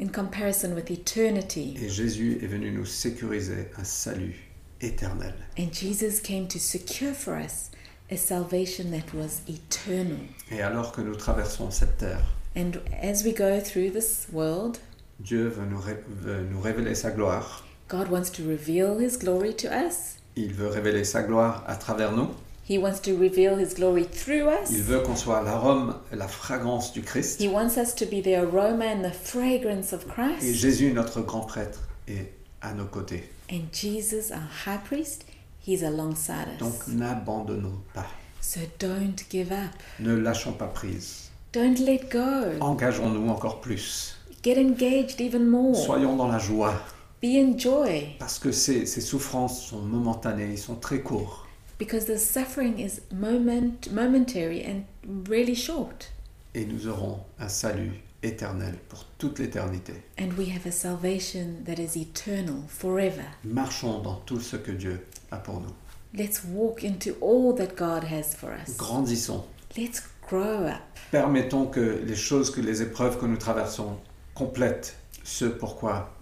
Speaker 2: in comparison with eternity.
Speaker 1: Et Jésus est venu nous sécuriser un salut éternel.
Speaker 2: And Jesus came to secure for us a salvation that was eternal.
Speaker 1: Et alors que nous traversons cette terre,
Speaker 2: And as we go through this world,
Speaker 1: Dieu veut nous, ré- veut nous révéler sa gloire.
Speaker 2: God wants to reveal His glory to us.
Speaker 1: Il veut révéler sa gloire à travers nous.
Speaker 2: He wants to reveal His glory through
Speaker 1: Il
Speaker 2: us.
Speaker 1: veut qu'on soit l'arôme, la fragrance du Christ.
Speaker 2: He wants us to be the aroma and the fragrance of
Speaker 1: Et
Speaker 2: Christ.
Speaker 1: Jésus, notre grand prêtre, est à nos côtés.
Speaker 2: And Jesus, our high priest, He's alongside
Speaker 1: Donc
Speaker 2: us.
Speaker 1: n'abandonnons pas.
Speaker 2: So don't give up.
Speaker 1: Ne lâchons pas prise.
Speaker 2: Don't let go.
Speaker 1: Engageons-nous encore plus.
Speaker 2: Get engaged even more.
Speaker 1: Soyons dans la joie.
Speaker 2: Be in joy
Speaker 1: Parce que ces, ces souffrances sont momentanées, ils sont très courts.
Speaker 2: because the suffering is moment momentary and really short.
Speaker 1: Et nous aurons un salut éternel pour toute l'éternité.
Speaker 2: And we have a salvation that is eternal forever.
Speaker 1: Marchons dans tout ce que Dieu a pour nous.
Speaker 2: Let's walk into all that God has for us.
Speaker 1: Grandissons.
Speaker 2: Let's grow up.
Speaker 1: Permettons que les choses, que les épreuves que nous traversons complètent ce pourquoi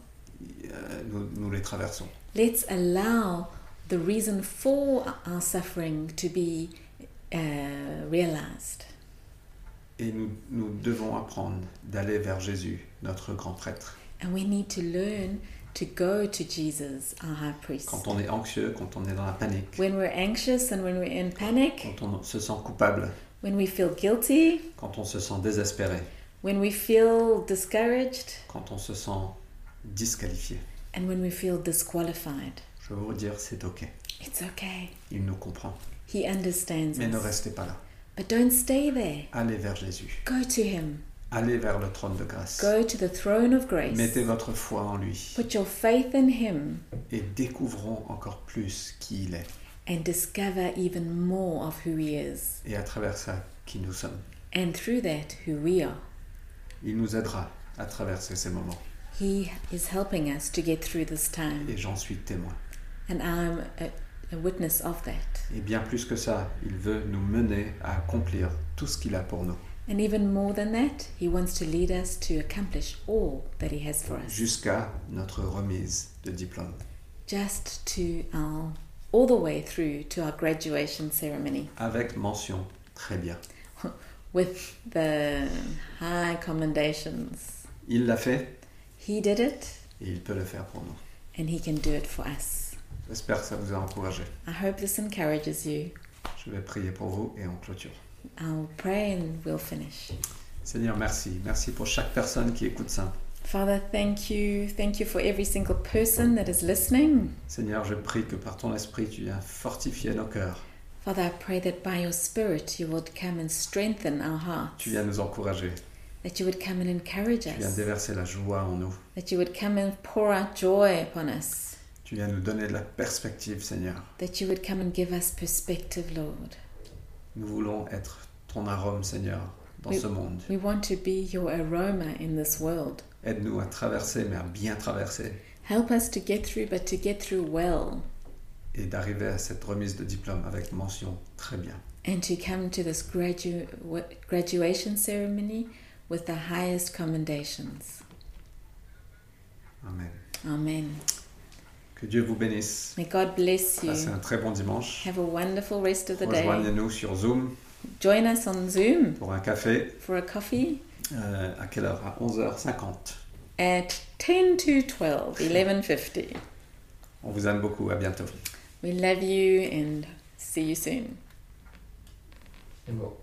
Speaker 1: euh, nous, nous les traversons.
Speaker 2: Let's allow the reason for our suffering to be uh, realized.
Speaker 1: Et nous, nous devons apprendre d'aller vers Jésus, notre grand prêtre.
Speaker 2: And we need to learn to go to Jesus, our high priest.
Speaker 1: Quand on est anxieux, quand on est dans la panique,
Speaker 2: When we're anxious and when we're in panic,
Speaker 1: quand on se sent coupable,
Speaker 2: when we feel guilty,
Speaker 1: quand on se sent désespéré,
Speaker 2: when we feel discouraged,
Speaker 1: quand on se sent disqualifié.
Speaker 2: and when we feel disqualified.
Speaker 1: Je veux vous dire, c'est OK.
Speaker 2: It's okay.
Speaker 1: Il nous comprend.
Speaker 2: He understands
Speaker 1: Mais ne
Speaker 2: us.
Speaker 1: restez pas là.
Speaker 2: But don't stay there.
Speaker 1: Allez vers Jésus.
Speaker 2: Go to Him.
Speaker 1: Allez vers le trône de grâce.
Speaker 2: Go to the throne of grace.
Speaker 1: Mettez votre foi en lui
Speaker 2: Put your faith in Him
Speaker 1: et découvrons encore plus qui il est
Speaker 2: and discover even more of who He is.
Speaker 1: et à travers ça qui nous sommes.
Speaker 2: And through that, who we are.
Speaker 1: Il nous aidera à traverser ces moments
Speaker 2: He is helping us to get through this time.
Speaker 1: et j'en suis témoin.
Speaker 2: And I'm a, a witness of that.
Speaker 1: Et bien plus que ça, il veut nous mener à accomplir tout ce qu'il a pour nous
Speaker 2: And even more than that, He wants to lead us to accomplish all that He has for us,
Speaker 1: jusqu'à notre remise de diplôme.
Speaker 2: just to our, all the way through to our graduation ceremony
Speaker 1: Avec mention, très bien.
Speaker 2: with the high commendations.
Speaker 1: Il l'a fait
Speaker 2: He did it,
Speaker 1: et il peut le faire pour nous.
Speaker 2: and He can do it for us.
Speaker 1: J'espère que ça vous a encouragé.
Speaker 2: I hope this encourages you.
Speaker 1: Je vais prier pour vous et on clôture.
Speaker 2: I'll pray and we'll finish.
Speaker 1: Seigneur, merci. Merci pour chaque personne qui écoute ça.
Speaker 2: Father, thank you. Thank you for every single person that is listening.
Speaker 1: Seigneur, je prie que par ton esprit, tu viens fortifier nos cœurs.
Speaker 2: Father, I pray that by your Spirit you would come and strengthen our hearts,
Speaker 1: Tu viens nous encourager.
Speaker 2: that you would come and encourage
Speaker 1: Tu viens
Speaker 2: us,
Speaker 1: déverser la joie en nous.
Speaker 2: that you would come and pour out joy upon us,
Speaker 1: Tu viens nous donner de la perspective, Seigneur.
Speaker 2: that you would come and give us perspective, Lord.
Speaker 1: Nous voulons être ton arôme, Seigneur, dans
Speaker 2: Oui.
Speaker 1: ce monde.
Speaker 2: We want to be your aroma in this world.
Speaker 1: Aide-nous à traverser, mais à bien traverser,
Speaker 2: Help us to get through, but to get through well,
Speaker 1: et d'arriver à cette remise de diplôme avec mention très bien.
Speaker 2: and to come to this gradu- wa- graduation ceremony with the highest commendations.
Speaker 1: Amen.
Speaker 2: Amen.
Speaker 1: Que Dieu vous bénisse.
Speaker 2: May God bless you.
Speaker 1: Passez un très bon dimanche.
Speaker 2: Have a wonderful rest of the day.
Speaker 1: Rejoignez-nous sur Zoom
Speaker 2: Join us on Zoom
Speaker 1: pour un café.
Speaker 2: for a coffee
Speaker 1: euh, à quelle heure À 11h50.
Speaker 2: at 10 to 12, 11.50.
Speaker 1: On vous aime beaucoup. À bientôt.
Speaker 2: We love you and see you soon.
Speaker 3: Bon.